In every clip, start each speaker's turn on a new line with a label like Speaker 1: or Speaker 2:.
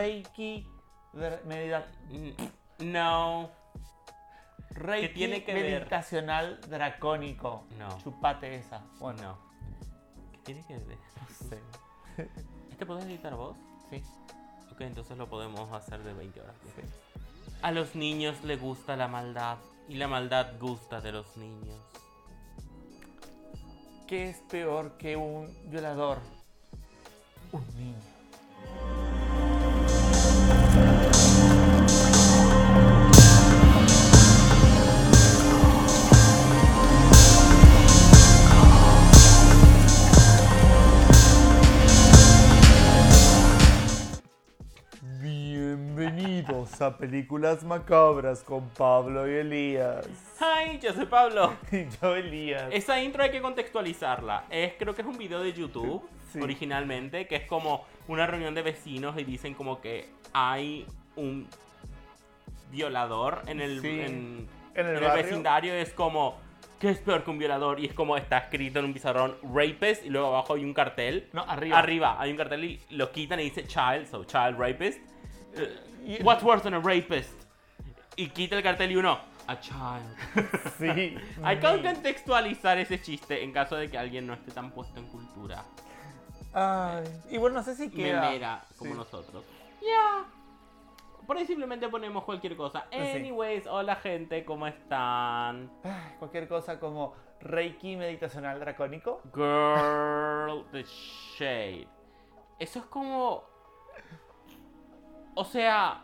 Speaker 1: Reiki, ver- medida-
Speaker 2: No.
Speaker 1: Reiki
Speaker 2: tiene que ver?
Speaker 1: meditacional dracónico.
Speaker 2: No.
Speaker 1: Chupate esa. Bueno,
Speaker 2: No. ¿Qué tiene que ver? No sé. ¿Este podés editar vos?
Speaker 1: sí.
Speaker 2: Ok, entonces lo podemos hacer de 20 horas. A los niños les gusta la maldad y la maldad gusta de los niños.
Speaker 1: ¿Qué es peor que un violador? Un niño. Bienvenidos a Películas Macabras con Pablo y Elías.
Speaker 2: ¡Hi! Yo soy Pablo.
Speaker 1: Y yo, Elías.
Speaker 2: Esa intro hay que contextualizarla. Es, creo que es un video de YouTube
Speaker 1: Sí.
Speaker 2: originalmente, que es como una reunión de vecinos y dicen como que hay un violador en el,
Speaker 1: Sí.
Speaker 2: en,
Speaker 1: En el
Speaker 2: en el
Speaker 1: barrio.
Speaker 2: vecindario. Es como, ¿qué es peor que un violador? Y es como está escrito en un pizarrón rapist y luego abajo hay un cartel.
Speaker 1: No, arriba.
Speaker 2: Arriba. hay un cartel y lo quitan y dice child, so child rapist. Eh,
Speaker 1: Y-
Speaker 2: What's worse than a rapist? Y quita el cartel y uno, a child.
Speaker 1: Sí.
Speaker 2: Hay que
Speaker 1: Ni-
Speaker 2: contextualizar ese chiste en caso de que alguien no esté tan puesto en cultura
Speaker 1: Ay, y bueno, no sé si queda.
Speaker 2: memera como
Speaker 1: Sí.
Speaker 2: nosotros. Ya. Por ahí simplemente ponemos cualquier cosa.
Speaker 1: Ah, Sí.
Speaker 2: Anyways, hola gente, ¿cómo están?
Speaker 1: Ay, Cualquier cosa como Reiki meditacional dracónico.
Speaker 2: Girl, the shade. Eso es como... O sea...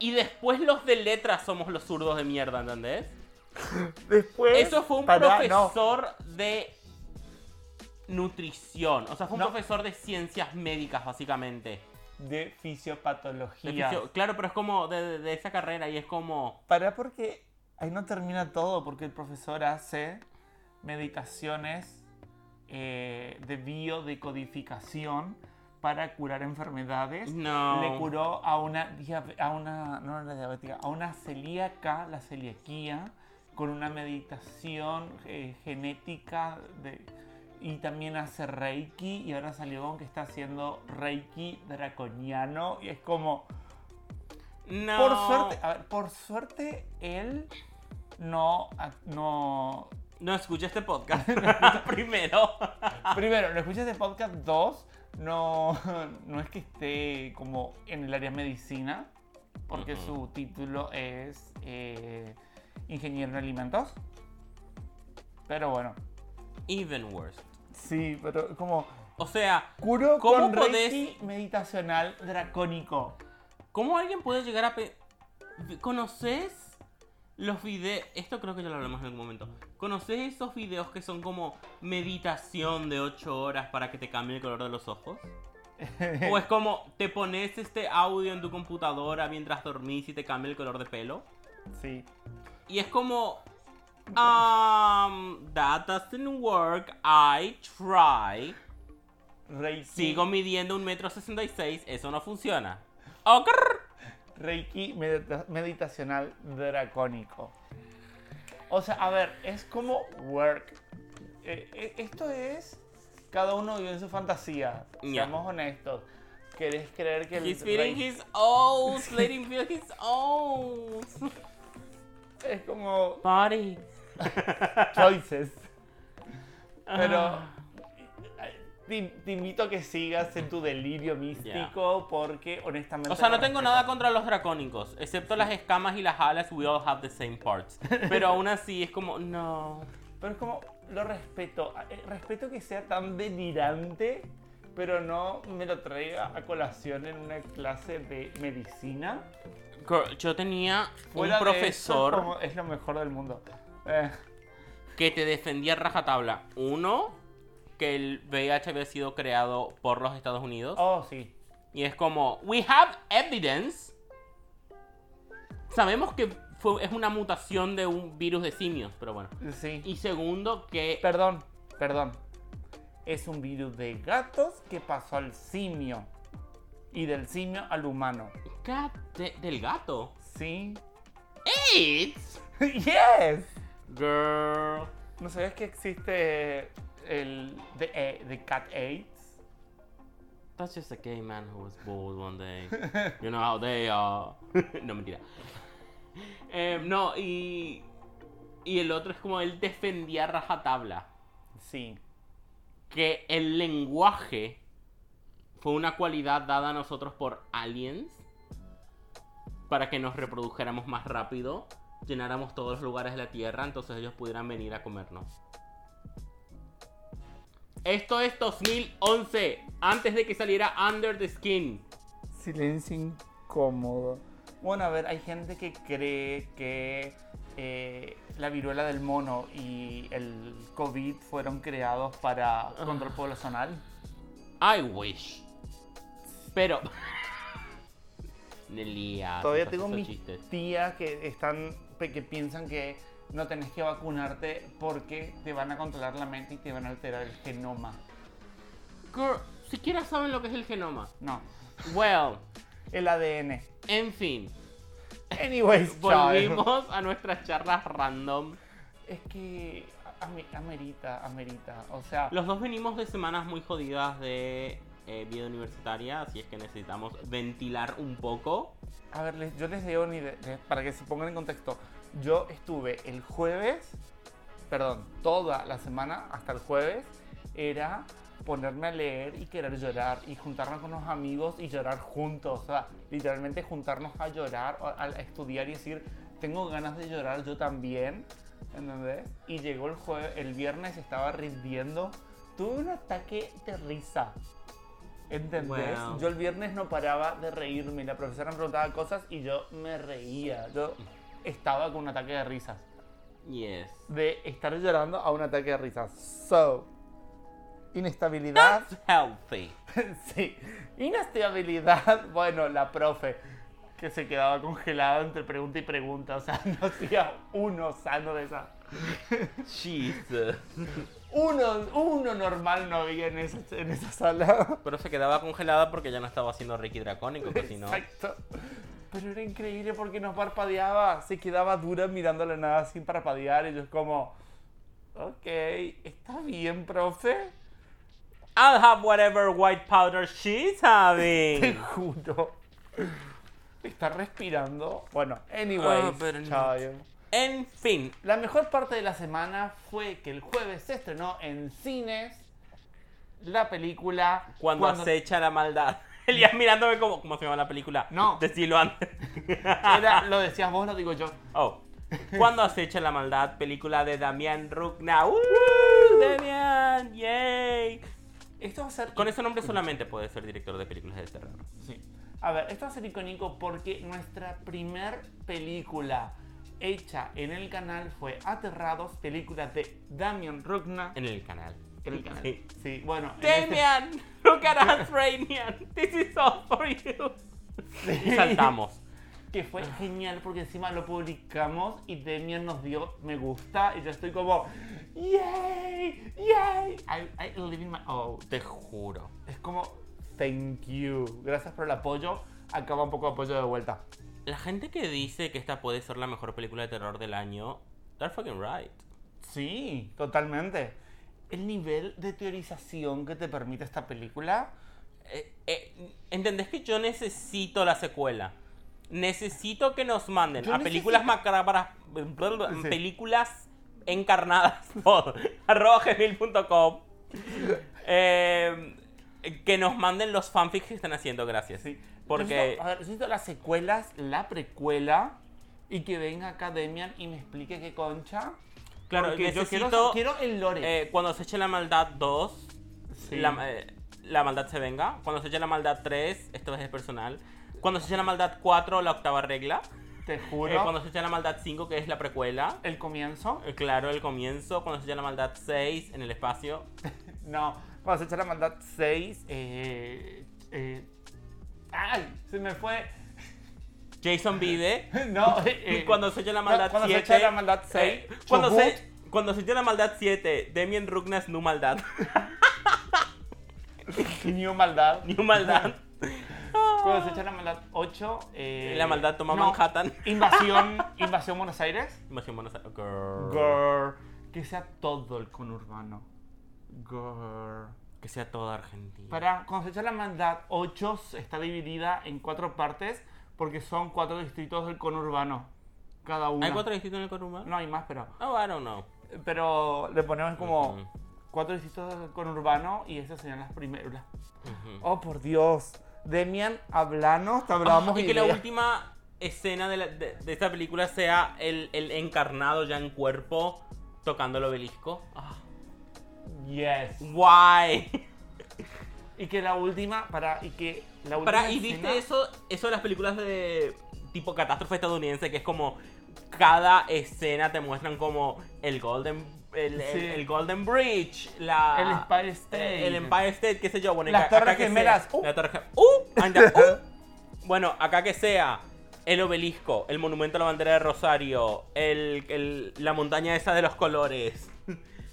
Speaker 2: Y después los de letras somos los zurdos de mierda, ¿entendés?
Speaker 1: Después.
Speaker 2: Eso fue un
Speaker 1: Pará,
Speaker 2: profesor de nutrición. O sea, fue un
Speaker 1: No.
Speaker 2: profesor de ciencias médicas, básicamente.
Speaker 1: no, de
Speaker 2: De
Speaker 1: fisiopatología.
Speaker 2: fisio- Claro, pero es como de, de- de esa carrera y es como.
Speaker 1: Pará porque ahí no termina todo, porque el profesor hace meditaciones eh, de biodecodificación para curar enfermedades.
Speaker 2: No.
Speaker 1: Le curó a una, diabe- a una, no no era diabética, a una celíaca, la celiaquía, con una meditación eh, genética de, y también hace reiki y ahora salió con que está haciendo reiki draconiano y es como,
Speaker 2: No.
Speaker 1: por suerte, a ver, por suerte él no, a- no,
Speaker 2: No escuché este podcast. Primero.
Speaker 1: primero, no escuches de podcast 2, no, no es que esté como en el área medicina, porque
Speaker 2: Ujú.
Speaker 1: su título es eh, ingeniero en alimentos. Pero bueno,
Speaker 2: Even worse.
Speaker 1: sí, pero como
Speaker 2: O sea,
Speaker 1: curo
Speaker 2: ¿Cómo
Speaker 1: con
Speaker 2: podés-
Speaker 1: reiki meditacional dracónico.
Speaker 2: ¿cómo alguien puede llegar a. pe- ¿Conoces los videos? Esto creo que ya lo hablamos en algún momento. ¿Conoces esos videos que son como meditación de 8 horas para que te cambie el color de los ojos? O es como te pones este audio en tu computadora mientras dormís y te cambia el color de pelo.
Speaker 1: sí.
Speaker 2: Y es como. Um, that doesn't work. I try.
Speaker 1: Reiki,
Speaker 2: Sigo midiendo un metro sesenta y seis. Eso no funciona. Oh, grrr.
Speaker 1: reiki medita- meditacional dracónico. O sea, a ver, es como work. Eh, eh, esto es cada uno vive en su fantasía.
Speaker 2: Ya.
Speaker 1: Seamos honestos. ¿Querés creer que el
Speaker 2: He's feeling
Speaker 1: reiki-
Speaker 2: his oats. Let him feel his oats.
Speaker 1: es como
Speaker 2: Body.
Speaker 1: choices? Pero eh,
Speaker 2: Ah.
Speaker 1: te, te invito a que sigas en tu delirio místico porque honestamente
Speaker 2: O sea, no
Speaker 1: lo
Speaker 2: tengo
Speaker 1: respeto.
Speaker 2: nada contra los dracónicos, excepto las escamas y las alas, we all have the same parts. Pero aún así es como, no.
Speaker 1: Pero es como, lo respeto. Eh, Respeto que sea tan delirante, pero no me lo traiga a colación en una clase de medicina.
Speaker 2: Girl, yo tenía
Speaker 1: Fuera
Speaker 2: un
Speaker 1: de
Speaker 2: profesor
Speaker 1: eso, como es lo mejor del mundo. Eh,
Speaker 2: que te defendía a rajatabla. Uno, que el VIH había sido creado por los Estados Unidos.
Speaker 1: oh, sí.
Speaker 2: Y es como, we have evidence. Sabemos que fue- es una mutación de un virus de simios, pero bueno.
Speaker 1: Sí.
Speaker 2: Y segundo, que...
Speaker 1: Perdón, perdón. Es un virus de gatos que pasó al simio. Y del simio al humano.
Speaker 2: Gat- de- del gato.
Speaker 1: ¿Sí?
Speaker 2: It's...
Speaker 1: ¡Yes!
Speaker 2: Girl.
Speaker 1: ¿No E, sabías que existe el de, eh, de Cat AIDS?
Speaker 2: That's just a gay man who was bored one day. You know how they are. no, mentira. Em, no, y. Y el otro es como él defendía a rajatabla
Speaker 1: Sí,
Speaker 2: que el lenguaje fue una cualidad dada a nosotros por aliens para que nos reprodujéramos más rápido, llenáramos todos los lugares de la Tierra, entonces ellos pudieran venir a comernos. Esto es 2011, antes de que saliera Under the Skin.
Speaker 1: silencio incómodo. Bueno, a ver, hay gente que cree que eh, la viruela del mono y el COVID fueron creados para control poblacional.
Speaker 2: I wish. Pero... Nelia.
Speaker 1: Todavía
Speaker 2: siempre
Speaker 1: tengo
Speaker 2: haces
Speaker 1: mis
Speaker 2: esos chistes.
Speaker 1: tías que están pe- que piensan que no tenés que vacunarte porque te van a controlar la mente y te van a alterar el genoma.
Speaker 2: Girl, siquiera saben lo que es el genoma.
Speaker 1: No,
Speaker 2: Well,
Speaker 1: el ADN.
Speaker 2: en fin.
Speaker 1: Anyways, child.
Speaker 2: Volvimos a nuestras charlas random.
Speaker 1: Es que ame- amerita, amerita. O sea,
Speaker 2: Los dos venimos de semanas muy jodidas de eh, vida universitaria, así es que necesitamos ventilar un poco.
Speaker 1: a ver, les- yo les digo ni de- de- para que se pongan en contexto. Yo estuve el jueves, perdón, toda la semana hasta el jueves, era ponerme a leer y querer llorar y juntarnos con los amigos y llorar juntos. O sea, literalmente juntarnos a llorar, o a, a estudiar y decir, tengo ganas de llorar yo también. ¿Entendés? Y llegó el jueves, el viernes estaba rindiendo. Tuve un ataque de risa. ¿Entendés?
Speaker 2: Wow.
Speaker 1: Yo el viernes no paraba de reírme. La profesora me preguntaba cosas y yo me reía. Yo estaba con un ataque de risas.
Speaker 2: Yes.
Speaker 1: De estar llorando a un ataque de risas. So, inestabilidad.
Speaker 2: Healthy.
Speaker 1: sí, inestabilidad. Bueno, la profe que se quedaba congelada entre pregunta y pregunta. O sea, no hacía uno sano de esa.
Speaker 2: Jesus.
Speaker 1: Uno, uno normal no había en esa, en esa sala.
Speaker 2: Pero se quedaba congelada porque ya no estaba haciendo Ricky Dracónico, que si no.
Speaker 1: Exacto. Pero era increíble porque nos parpadeaba. Se quedaba dura mirando la nada sin parpadear. Y yo es como, ok, está bien, profe.
Speaker 2: I'll have whatever white powder she's
Speaker 1: Te
Speaker 2: having.
Speaker 1: juro. Está respirando. Bueno, anyways.
Speaker 2: Ah, pero no.
Speaker 1: child.
Speaker 2: En fin.
Speaker 1: La mejor parte de la semana fue que el jueves se estrenó en cines la película
Speaker 2: Cuando, acecha la maldad. Elías mirándome como. ¿Cómo se llama la película?
Speaker 1: No.
Speaker 2: Decilo antes.
Speaker 1: Era- lo decías vos, lo digo yo.
Speaker 2: Oh. Cuando acecha la maldad, película de Damián Rugna. ¡Uh! ¡Damián! ¡Yay!
Speaker 1: Esto va a ser
Speaker 2: Con ese nombre solamente puede ser director de películas de terror.
Speaker 1: Sí. A ver, esto va a ser icónico porque nuestra primer película hecha en el canal fue Aterrados, película de Damian Rugna
Speaker 2: En el canal.
Speaker 1: en el canal.
Speaker 2: Sí.
Speaker 1: Sí, bueno. en este-
Speaker 2: Damian, look at us, Rainian. This is all for you. Y saltamos.
Speaker 1: Que fue genial porque encima lo publicamos y Damian nos dio me gusta y yo estoy como ¡Yay! ¡Yay! I, I live in my... Oh,
Speaker 2: Te juro.
Speaker 1: es como thank you. Gracias por el apoyo. Acaba un poco de apoyo de vuelta.
Speaker 2: La gente que dice que esta puede ser la mejor película de terror del año, they're fucking right.
Speaker 1: Sí, totalmente. El nivel de teorización que te permite esta película.
Speaker 2: Eh, eh, ¿Entendés que yo necesito la secuela? Necesito que nos manden
Speaker 1: Yo
Speaker 2: a películas macabras,
Speaker 1: Sí.
Speaker 2: películas encarnadas por arroba gmail.com eh, que nos manden los fanfics que están haciendo, gracias.
Speaker 1: Sí.
Speaker 2: Porque
Speaker 1: Necesito- ah, a ver, necesito las secuelas, la precuela. Y que venga acá Demian y me explique qué concha.
Speaker 2: Claro,
Speaker 1: porque yo quiero,
Speaker 2: necesito-
Speaker 1: quiero el lore.
Speaker 2: eh, cuando se eche la maldad 2,
Speaker 1: Sí.
Speaker 2: la, eh, la maldad se venga. Cuando se eche la maldad 3, esto es personal. Cuando se eche la maldad 4, la octava regla.
Speaker 1: te
Speaker 2: Eh,
Speaker 1: juro.
Speaker 2: cuando se eche la maldad 5, que es la precuela.
Speaker 1: El comienzo.
Speaker 2: Eh, Claro, el comienzo, cuando se llama la maldad 6 en el espacio.
Speaker 1: No. Cuando se echa la maldad 6. Eh, eh, ¡Ay! Se me fue.
Speaker 2: Jason vive.
Speaker 1: No. eh,
Speaker 2: Y cuando se echa la maldad
Speaker 1: No, cuando se
Speaker 2: 7.
Speaker 1: echa la maldad seis,
Speaker 2: eh, cuando,
Speaker 1: Chubut.
Speaker 2: se, cuando se echa la maldad 7, Demian Rugna es nu maldad.
Speaker 1: New maldad.
Speaker 2: nu maldad.
Speaker 1: Cuando se echa la maldad 8. eh,
Speaker 2: la maldad toma
Speaker 1: no,
Speaker 2: Manhattan.
Speaker 1: Invasión, invasión Buenos Aires.
Speaker 2: Imagínate, bueno, o sea, girl.
Speaker 1: Girl. Que sea todo el conurbano. Girl.
Speaker 2: Que sea toda Argentina.
Speaker 1: Para cosechar la maldad, Ochos está dividida en cuatro partes porque son cuatro distritos del conurbano. Cada uno.
Speaker 2: ¿Hay cuatro distritos en el conurbano?
Speaker 1: No hay más, pero.
Speaker 2: Oh, I don't know.
Speaker 1: Pero le ponemos como
Speaker 2: Ujú.
Speaker 1: cuatro distritos del conurbano y esas serían las primeras. las-
Speaker 2: Ujú.
Speaker 1: Oh, por Dios. Demian, hablanos, te hablamos
Speaker 2: Ah, y que la
Speaker 1: ideas.
Speaker 2: última escena de, la- de- de esta película sea el, el encarnado ya en cuerpo tocando el obelisco. Ah,
Speaker 1: Yes.
Speaker 2: Guay.
Speaker 1: Y que la última, para, y que la última.
Speaker 2: Pará, y viste
Speaker 1: escena-
Speaker 2: eso, eso de las películas de tipo catástrofe estadounidense, que es como cada escena te muestran como el Golden el, el-
Speaker 1: Sí.
Speaker 2: el Golden Bridge, la
Speaker 1: El Empire State.
Speaker 2: el Empire State, qué sé yo, bueno,
Speaker 1: Las
Speaker 2: acá- acá
Speaker 1: Torres
Speaker 2: que sea-
Speaker 1: Gemelas, uh.
Speaker 2: la Torre Gem- uh, anda, uh. Bueno, acá que sea el obelisco, el monumento a la bandera de Rosario, el, el- la montaña esa de los colores.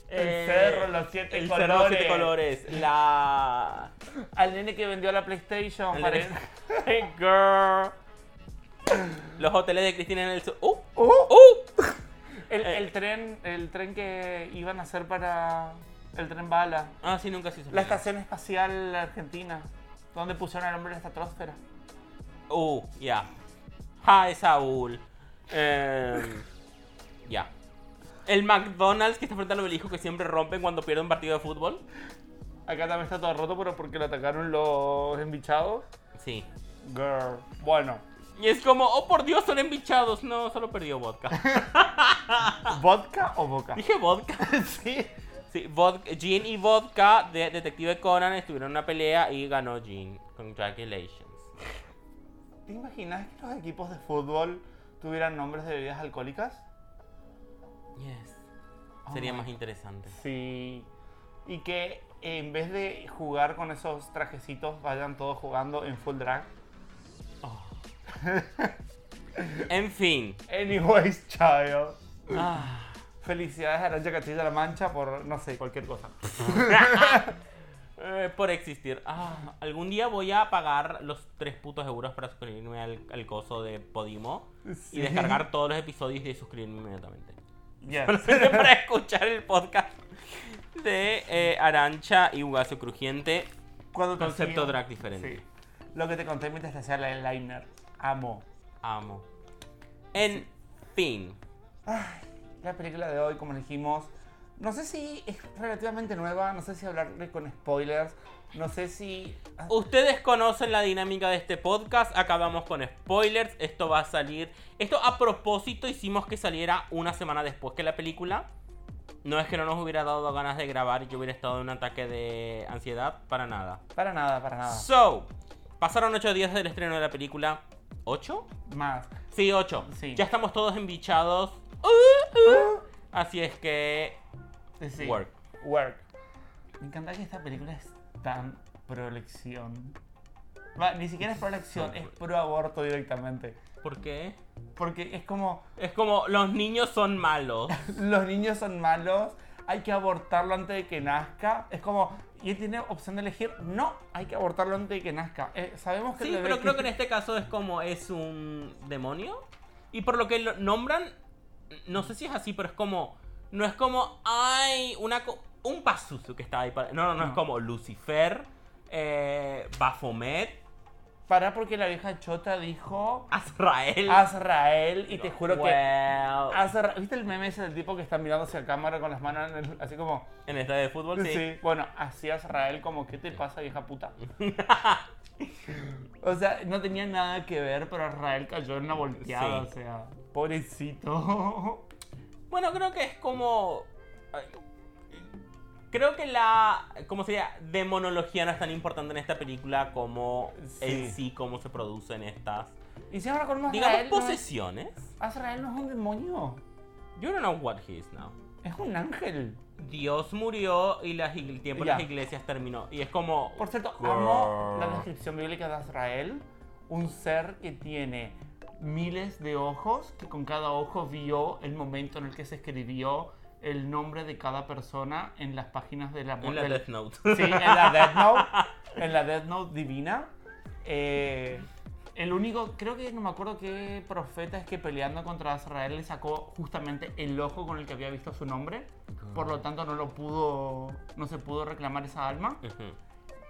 Speaker 1: El cerro de los siete
Speaker 2: eh, el cerro de los siete
Speaker 1: colores.
Speaker 2: colores. La.
Speaker 1: Al nene que vendió la PlayStation.
Speaker 2: El
Speaker 1: para-
Speaker 2: nene- Girl. Los hoteles de Cristina en el sur. ¡Uh!
Speaker 1: Uh.
Speaker 2: ¡Uh!
Speaker 1: El,
Speaker 2: Eh.
Speaker 1: el tren, el tren que iban a hacer para el tren bala.
Speaker 2: Ah, sí, nunca se hizo.
Speaker 1: La estación espacial argentina, donde pusieron el nombre de la estratosfera.
Speaker 2: ¡Uh! Ya. ¡Hi, Saúl! Eh, ya. El McDonald's que está frente al obelisco que siempre rompen cuando pierden un partido de fútbol.
Speaker 1: Acá también está todo roto, pero porque lo atacaron los embichados.
Speaker 2: Sí.
Speaker 1: Girl. Bueno,
Speaker 2: Y es como, oh por Dios, son embichados. No, solo perdió vodka.
Speaker 1: ¿vodka o boca?
Speaker 2: Dije vodka.
Speaker 1: Ah. sí.
Speaker 2: Sí, vodka, Jean y vodka de Detective Conan estuvieron en una pelea y ganó Jean. Congratulations.
Speaker 1: ¿Te imaginas que los equipos de fútbol tuvieran nombres de bebidas alcohólicas?
Speaker 2: Yes.
Speaker 1: Oh
Speaker 2: Sería
Speaker 1: my
Speaker 2: más interesante.
Speaker 1: Sí. Y que en vez de jugar con esos trajecitos, vayan todos jugando en full drag.
Speaker 2: En fin.
Speaker 1: Anyways, child.
Speaker 2: Ah.
Speaker 1: Felicidades a Arancha Castilla-La Mancha por, no sé, cualquier cosa.
Speaker 2: Eh, por existir. Ah, algún día voy a pagar los tres putos euros para suscribirme al, al coso de Podimo
Speaker 1: Sí.
Speaker 2: y descargar todos los episodios y suscribirme inmediatamente.
Speaker 1: Yes.
Speaker 2: Solamente para escuchar el podcast de eh, Arancha y Ugacio Crujiente.
Speaker 1: Cuando te
Speaker 2: Concepto
Speaker 1: sigo-
Speaker 2: drag diferente.
Speaker 1: Sí. Lo que te conté mientras te hacía el eyeliner. Amo.
Speaker 2: Amo. En fin.
Speaker 1: La película de hoy, como dijimos, no sé si es relativamente nueva, no sé si hablarle con spoilers, no sé si... ah,
Speaker 2: Ustedes conocen la dinámica de este podcast. Acabamos con spoilers. Esto va a salir. Esto a propósito hicimos que saliera una semana después que la película. No es que no nos hubiera dado ganas de grabar y yo hubiera estado en un ataque de ansiedad. Para nada.
Speaker 1: Para nada, para nada.
Speaker 2: So, pasaron 8 días del estreno de la película. ¿8?
Speaker 1: Más.
Speaker 2: Sí, 8.
Speaker 1: Sí.
Speaker 2: Ya estamos todos embichados. Uh, uh. Así es que.
Speaker 1: Sí.
Speaker 2: Work.
Speaker 1: Work. Me encanta que esta película es tan prolección. Va, ni siquiera es prolección, es pro aborto directamente.
Speaker 2: ¿Por qué?
Speaker 1: Porque es como...
Speaker 2: Es como los niños son malos.
Speaker 1: los niños son malos, hay que abortarlo antes de que nazca. Es como, y él tiene opción de elegir, no, hay que abortarlo antes de que nazca. Eh, sabemos que el
Speaker 2: Sí,
Speaker 1: bebé
Speaker 2: pero creo que en este caso es como es un demonio. Y por lo que lo nombran, no sé si es así, pero es como. No es como. ¡Ay! Una, co- un Pazuzu que está ahí. Para... No, no, no,
Speaker 1: No.
Speaker 2: es como Lucifer, eh, Baphomet,
Speaker 1: Pará porque la vieja chota dijo,
Speaker 2: Azrael.
Speaker 1: Ah, Azrael, y te juro que...
Speaker 2: Well.
Speaker 1: Azra- ¿Viste el meme ese del tipo que está mirando hacia la cámara con las manos en el- así como...
Speaker 2: En el estadio de fútbol, sí.
Speaker 1: Sí. Bueno, así Azrael como, ¿qué te pasa vieja puta? o sea, no tenía nada que ver, pero Azrael cayó en una volteada,
Speaker 2: Sí.
Speaker 1: o sea, pobrecito.
Speaker 2: Bueno, creo que es como. ay, Creo que la. ¿Cómo sería? Demonología no es tan importante en esta película como
Speaker 1: Sí.
Speaker 2: en sí cómo se producen estas.
Speaker 1: y si ahora con más
Speaker 2: Digamos
Speaker 1: Azrael no es-
Speaker 2: posesiones.
Speaker 1: Azrael no es un demonio,
Speaker 2: You don't know what he is now.
Speaker 1: es un ángel.
Speaker 2: Dios murió y las igle- el tiempo de
Speaker 1: Ya.
Speaker 2: las iglesias terminó. Y es como.
Speaker 1: Por cierto,
Speaker 2: Girl.
Speaker 1: amo la descripción bíblica de Azrael, un ser que tiene miles de ojos, que con cada ojo vio el momento en el que se escribió el nombre de cada persona en las páginas de la
Speaker 2: En la
Speaker 1: del-
Speaker 2: Death Note.
Speaker 1: Sí, en la Death Note, en la Death Note divina. Eh, El único, creo que no me acuerdo qué profeta es que peleando contra Azrael le sacó justamente el ojo con el que había visto su nombre. Por
Speaker 2: Ah.
Speaker 1: lo tanto, no lo pudo, no se pudo reclamar esa alma.
Speaker 2: Ujú.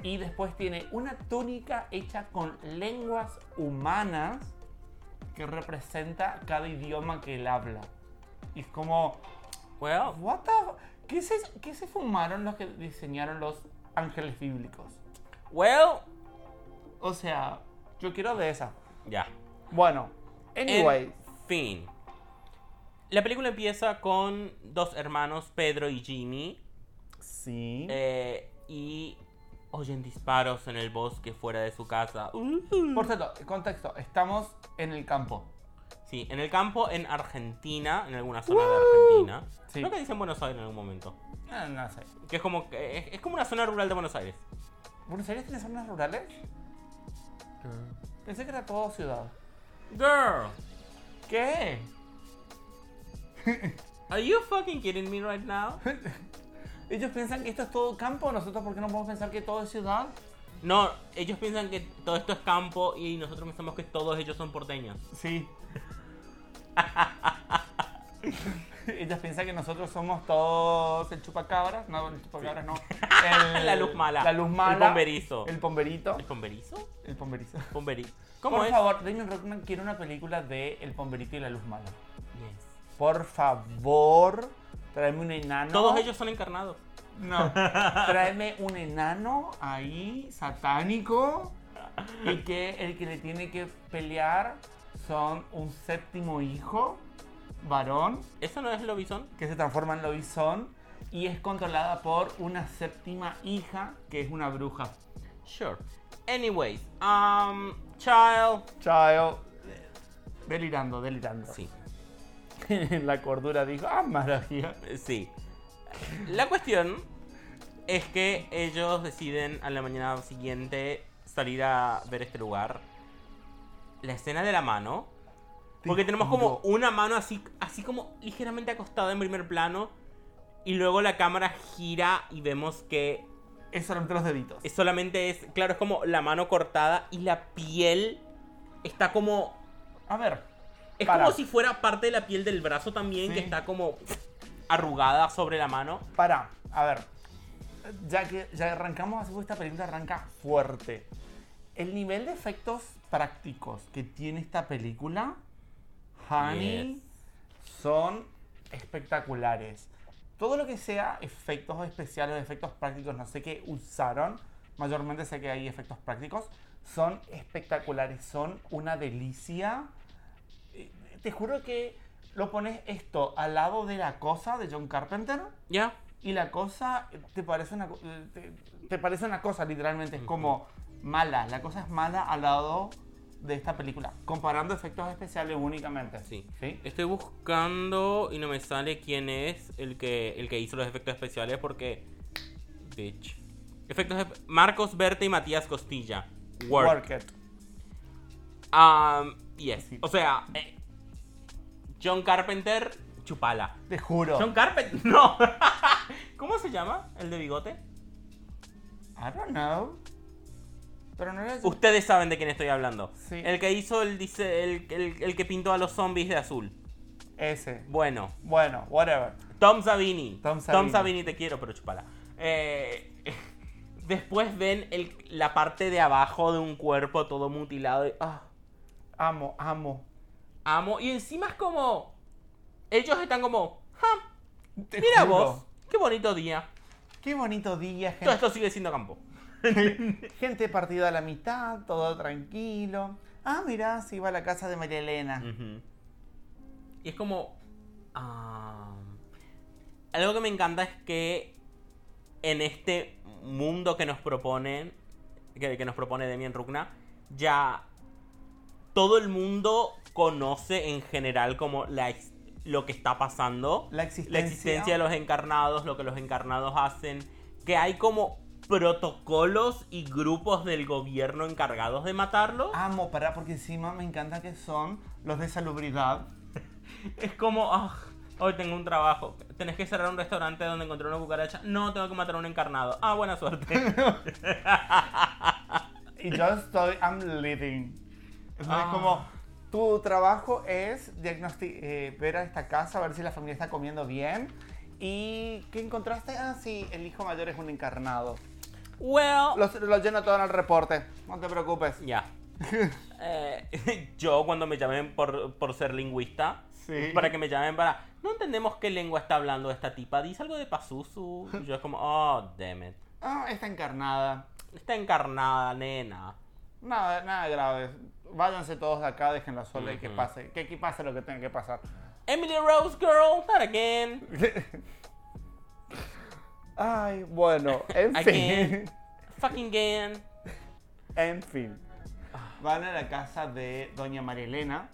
Speaker 1: Y después tiene una túnica hecha con lenguas humanas que representa cada idioma que él habla. Y es como,
Speaker 2: Well,
Speaker 1: what the... ¿Qué se, qué se fumaron los que diseñaron los ángeles bíblicos?
Speaker 2: well.
Speaker 1: O sea, yo quiero de esa.
Speaker 2: Ya.
Speaker 1: Bueno,
Speaker 2: En
Speaker 1: anyway.
Speaker 2: fin. La película empieza con dos hermanos, Pedro y Jimmy,
Speaker 1: Sí.
Speaker 2: eh, y oyen disparos en el bosque fuera de su casa.
Speaker 1: Por cierto, contexto, estamos en el campo.
Speaker 2: Sí, en el campo, en Argentina, en alguna zona de Argentina.
Speaker 1: Sí.
Speaker 2: Creo que dicen Buenos Aires en algún momento.
Speaker 1: No, Ah, no sé.
Speaker 2: Que es como, que- es, es como una zona rural de Buenos Aires.
Speaker 1: ¿Buenos Aires tiene zonas rurales? Pensé que era todo ciudad.
Speaker 2: Girl,
Speaker 1: ¿Qué?
Speaker 2: are you fucking kidding me right now?
Speaker 1: Ellos piensan que esto es todo campo, nosotros por qué no podemos pensar que todo es ciudad?
Speaker 2: No, ellos piensan que todo esto es campo y nosotros pensamos que todos ellos son porteños.
Speaker 1: Sí. Ellas piensan que nosotros somos todos el chupacabras, no, el chupacabras no. El-
Speaker 2: La luz mala.
Speaker 1: La luz mala.
Speaker 2: El bomberizo.
Speaker 1: El pomberito.
Speaker 2: ¿El pomberizo?
Speaker 1: El pomberizo.
Speaker 2: Pomberi- ¿Cómo
Speaker 1: Por
Speaker 2: es?
Speaker 1: favor, Damien Rockman quiere una película de El pomberito y la luz mala.
Speaker 2: Yes.
Speaker 1: Por favor, tráeme un enano.
Speaker 2: Todos ellos son encarnados.
Speaker 1: No. Tráeme un enano ahí, satánico, y que el que le tiene que pelear son un séptimo hijo, varón,
Speaker 2: ¿Eso no es lobizón?
Speaker 1: que se transforma en lobizón, y es controlada por una séptima hija, que es una bruja.
Speaker 2: Sure. Anyways, um, child.
Speaker 1: Chao. Delirando, delirando.
Speaker 2: Sí,
Speaker 1: la cordura dijo, ah, maravilla.
Speaker 2: Eh, sí. La cuestión es que ellos deciden a la mañana siguiente salir a ver este lugar. La escena de la mano. Porque tenemos como
Speaker 1: juro.
Speaker 2: una mano así, así como ligeramente acostada en primer plano. Y luego la cámara gira y vemos que
Speaker 1: Es solamente los deditos.
Speaker 2: Es solamente es, claro, es como la mano cortada y la piel está como...
Speaker 1: A ver,
Speaker 2: Es
Speaker 1: Para.
Speaker 2: como si fuera parte de la piel del brazo también,
Speaker 1: Sí.
Speaker 2: que está como arrugada sobre la mano.
Speaker 1: Para, a ver. Ya que ya arrancamos así, pues, esta película arranca fuerte. El nivel de efectos prácticos que tiene esta película, Honey, son espectaculares. Todo lo que sea efectos especiales, efectos prácticos, no sé qué usaron, mayormente sé que hay efectos prácticos, son espectaculares, son una delicia. Eh, Te juro que lo pones esto al lado de la cosa de John Carpenter
Speaker 2: ¿Ya?
Speaker 1: y la cosa eh, te parece una, co- eh, te, te parece una cosa, literalmente. Es como mala. La cosa es mala al lado de esta película. Comparando efectos especiales únicamente.
Speaker 2: Sí.
Speaker 1: ¿Sí?
Speaker 2: Estoy buscando y no me sale quién es el que, el que hizo los efectos especiales porque... Bitch. Efectos... espe- Marcos Berta y Matías Costilla. Work.
Speaker 1: Work it.
Speaker 2: Um, yes.
Speaker 1: Sí.
Speaker 2: O sea... eh, John Carpenter, chupala.
Speaker 1: Te juro.
Speaker 2: John Carpenter. No. ¿Cómo se llama? El de bigote.
Speaker 1: I don't know. Pero no era John-
Speaker 2: Ustedes saben de quién estoy hablando.
Speaker 1: Sí.
Speaker 2: El que hizo el, dice, el, el- el que pintó a los zombies de azul.
Speaker 1: Ese.
Speaker 2: Bueno,
Speaker 1: Bueno, whatever.
Speaker 2: Tom Savini.
Speaker 1: Tom Savini.
Speaker 2: te quiero, pero chupala. Eh, después ven el- la parte de abajo de un cuerpo todo mutilado. y, ah,
Speaker 1: Amo, amo.
Speaker 2: amo. Y encima es como. Ellos están como. "Ja,
Speaker 1: Te
Speaker 2: mira
Speaker 1: juro.
Speaker 2: vos. Qué bonito día.
Speaker 1: Qué bonito día, gente.
Speaker 2: Todo esto sigue siendo campo.
Speaker 1: Gente partida a la mitad, todo tranquilo. Ah, mira, se iba a la casa de María Elena.
Speaker 2: Mm. Y es como. ah, algo que me encanta es que en este mundo que nos proponen. Que, que nos propone Demian Rugna, ya todo el mundo conoce en general como la, ex- lo que está pasando.
Speaker 1: La existencia.
Speaker 2: La existencia de los encarnados, lo que los encarnados hacen. Que hay como protocolos y grupos del gobierno encargados de matarlos.
Speaker 1: Amo, para, porque encima me encanta que son los de salubridad.
Speaker 2: Es como, ah, hoy tengo un trabajo. Tenés que cerrar un restaurante donde encontré una cucaracha. No, tengo que matar a un encarnado. Ah, buena suerte.
Speaker 1: Y yo estoy, I'm living. Entonces,
Speaker 2: Ah.
Speaker 1: como tu trabajo es diagnosti- eh, ver a esta casa, ver si la familia está comiendo bien. ¿Y qué encontraste? Ah, sí, el hijo mayor es un encarnado.
Speaker 2: Well,
Speaker 1: Lo, lo lleno todo en el reporte, no te preocupes.
Speaker 2: Ya. Eh, yo cuando me llamen por, por ser lingüista,
Speaker 1: Sí.
Speaker 2: para que me llamen para... No entendemos qué lengua está hablando esta tipa. Dice algo de Pazuzu. Yo es como, oh, damn it.
Speaker 1: Ah, está encarnada.
Speaker 2: Está encarnada, nena.
Speaker 1: Nada, nada grave. Váyanse todos de acá, déjenlo solo y que
Speaker 2: Ujú.
Speaker 1: pase. Que aquí pase lo que tenga que pasar.
Speaker 2: Emily Rose Girl, not again.
Speaker 1: Ay, bueno, en
Speaker 2: Again. Fucking again.
Speaker 1: en fin. Van a la casa de Doña María Elena.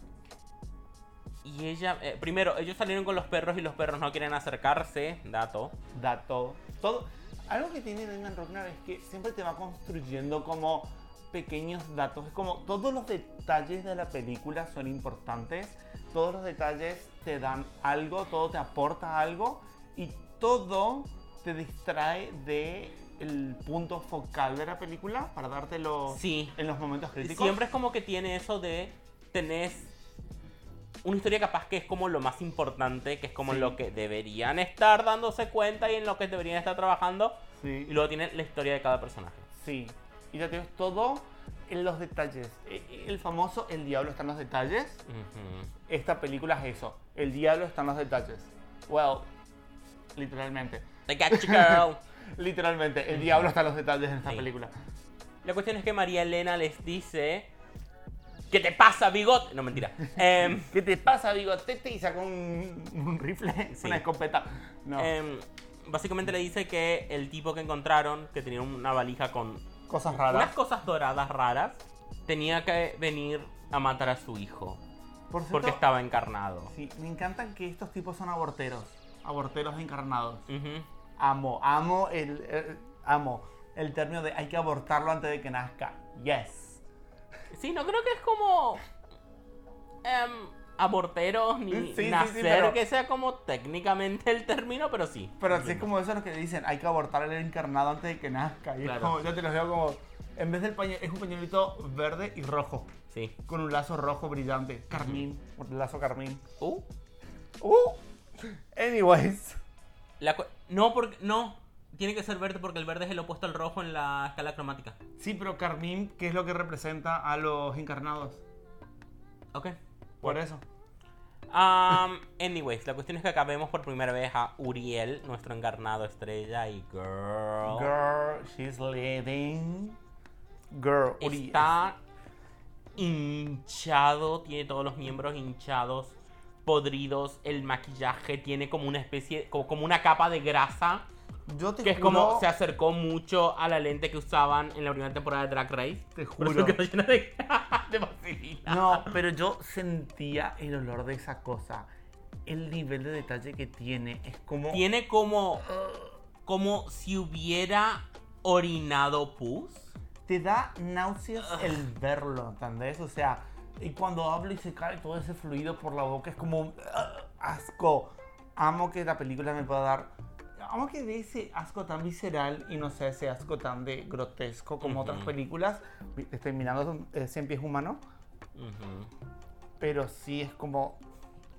Speaker 2: Y ella, eh, primero, ellos salieron con los perros y los perros no quieren acercarse. Dato.
Speaker 1: dato. Todo. Algo que tiene Damian Rockner es que siempre te va construyendo como pequeños datos. Es como todos los detalles de la película son importantes. Todos los detalles te dan algo, todo te aporta algo y todo te distrae de el punto focal de la película para dártelo
Speaker 2: Sí.
Speaker 1: en los momentos críticos.
Speaker 2: Siempre es como que tiene eso de tenés una historia capaz que es como lo más importante, que es como
Speaker 1: Sí.
Speaker 2: lo que deberían estar dándose cuenta y en lo que deberían estar trabajando.
Speaker 1: Sí.
Speaker 2: Y luego tiene la historia de cada personaje.
Speaker 1: Sí. Y ya tienes todo en los detalles. E- El famoso El diablo está en los detalles. esta película es eso. El diablo está en los detalles. Well, literalmente.
Speaker 2: They got you, girl.
Speaker 1: Literalmente, el diablo está en los detalles en esta
Speaker 2: Sí.
Speaker 1: película.
Speaker 2: la cuestión es que María Elena les dice... ¿Qué te pasa, bigot? No, mentira. Em,
Speaker 1: ¿Qué te pasa, bigotete? Y sacó un, un rifle,
Speaker 2: Sí.
Speaker 1: una escopeta. No,
Speaker 2: em, básicamente le dice que el tipo que encontraron, que tenía una valija con
Speaker 1: cosas
Speaker 2: unas
Speaker 1: raras.
Speaker 2: cosas doradas raras, tenía que venir a matar a su hijo.
Speaker 1: Por cierto,
Speaker 2: Porque estaba encarnado.
Speaker 1: sí, me encantan que estos tipos son aborteros. Aborteros encarnados.
Speaker 2: Ujú.
Speaker 1: Amo, amo el, el- amo el término de hay que abortarlo antes de que nazca. Yes.
Speaker 2: Sí, no creo que es como em, abortero
Speaker 1: Sí,
Speaker 2: ni
Speaker 1: sí, sí,
Speaker 2: nacer,
Speaker 1: pero-
Speaker 2: que sea como técnicamente el término, pero sí.
Speaker 1: Pero así es como eso lo que dicen, hay que abortar al encarnado antes de que nazca. Y es
Speaker 2: Claro.
Speaker 1: como, yo te los veo como, en vez del pañuelo, es un pañuelito verde y rojo,
Speaker 2: Sí.
Speaker 1: con un lazo rojo brillante, carmín, un lazo carmín.
Speaker 2: Uh,
Speaker 1: Uh, anyways.
Speaker 2: la cu- no, porque no. Tiene que ser verde porque el verde es el opuesto al rojo en la escala cromática.
Speaker 1: Sí, pero carmín, ¿qué es lo que representa a los encarnados?
Speaker 2: Ok.
Speaker 1: Por eso.
Speaker 2: Am, anyways, la cuestión es que acá vemos por primera vez a Uriel, nuestro encarnado estrella, y girl.
Speaker 1: Girl, she's living. Girl, Uri.
Speaker 2: Está hinchado, tiene todos los miembros hinchados, podridos, el maquillaje tiene como una especie, como, como una capa de grasa,
Speaker 1: Yo te
Speaker 2: que es
Speaker 1: juro,
Speaker 2: como se acercó mucho a la lente que usaban en la primera temporada de Drag Race.
Speaker 1: te
Speaker 2: Por
Speaker 1: juro.
Speaker 2: eso quedó llena de, de vaselina.
Speaker 1: No, pero yo sentía el olor de esa cosa. El nivel de detalle que tiene es como.
Speaker 2: Tiene como, como si hubiera orinado pus.
Speaker 1: Te da náuseas
Speaker 2: Ah.
Speaker 1: el verlo, ¿entendés? O sea, y cuando hablo y se cae todo ese fluido por la boca, es como. ah, asco. Amo que la película me pueda dar. Amo que dé ese asco tan visceral y no sea ese asco tan de grotesco como
Speaker 2: Ujú.
Speaker 1: otras películas. Mi- Estoy mirando eh, 100 pies humano,
Speaker 2: Ujú.
Speaker 1: pero sí es como.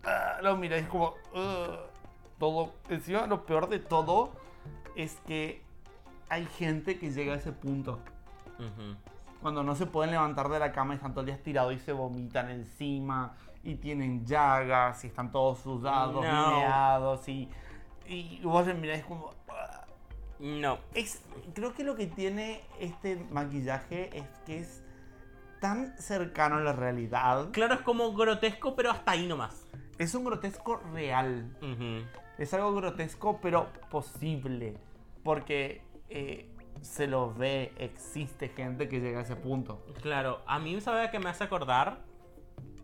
Speaker 1: ah, lo miras, es como. ah, todo. Encima, lo peor de todo es que hay gente que llega a ese punto.
Speaker 2: Ujú.
Speaker 1: Cuando no se pueden levantar de la cama y están todo el día estirados y se vomitan encima y tienen llagas y están todos sudados, y
Speaker 2: No.
Speaker 1: meados y, y vos le mirás como... "Ah".
Speaker 2: No,
Speaker 1: Es- creo que lo que tiene este maquillaje es que es tan cercano a la realidad.
Speaker 2: claro, es como grotesco, pero hasta ahí nomás.
Speaker 1: Es un grotesco real.
Speaker 2: Ujú.
Speaker 1: Es algo grotesco, pero posible. Porque eh, se lo ve, existe gente que llega a ese punto.
Speaker 2: Claro, a mí sabe que me hace acordar.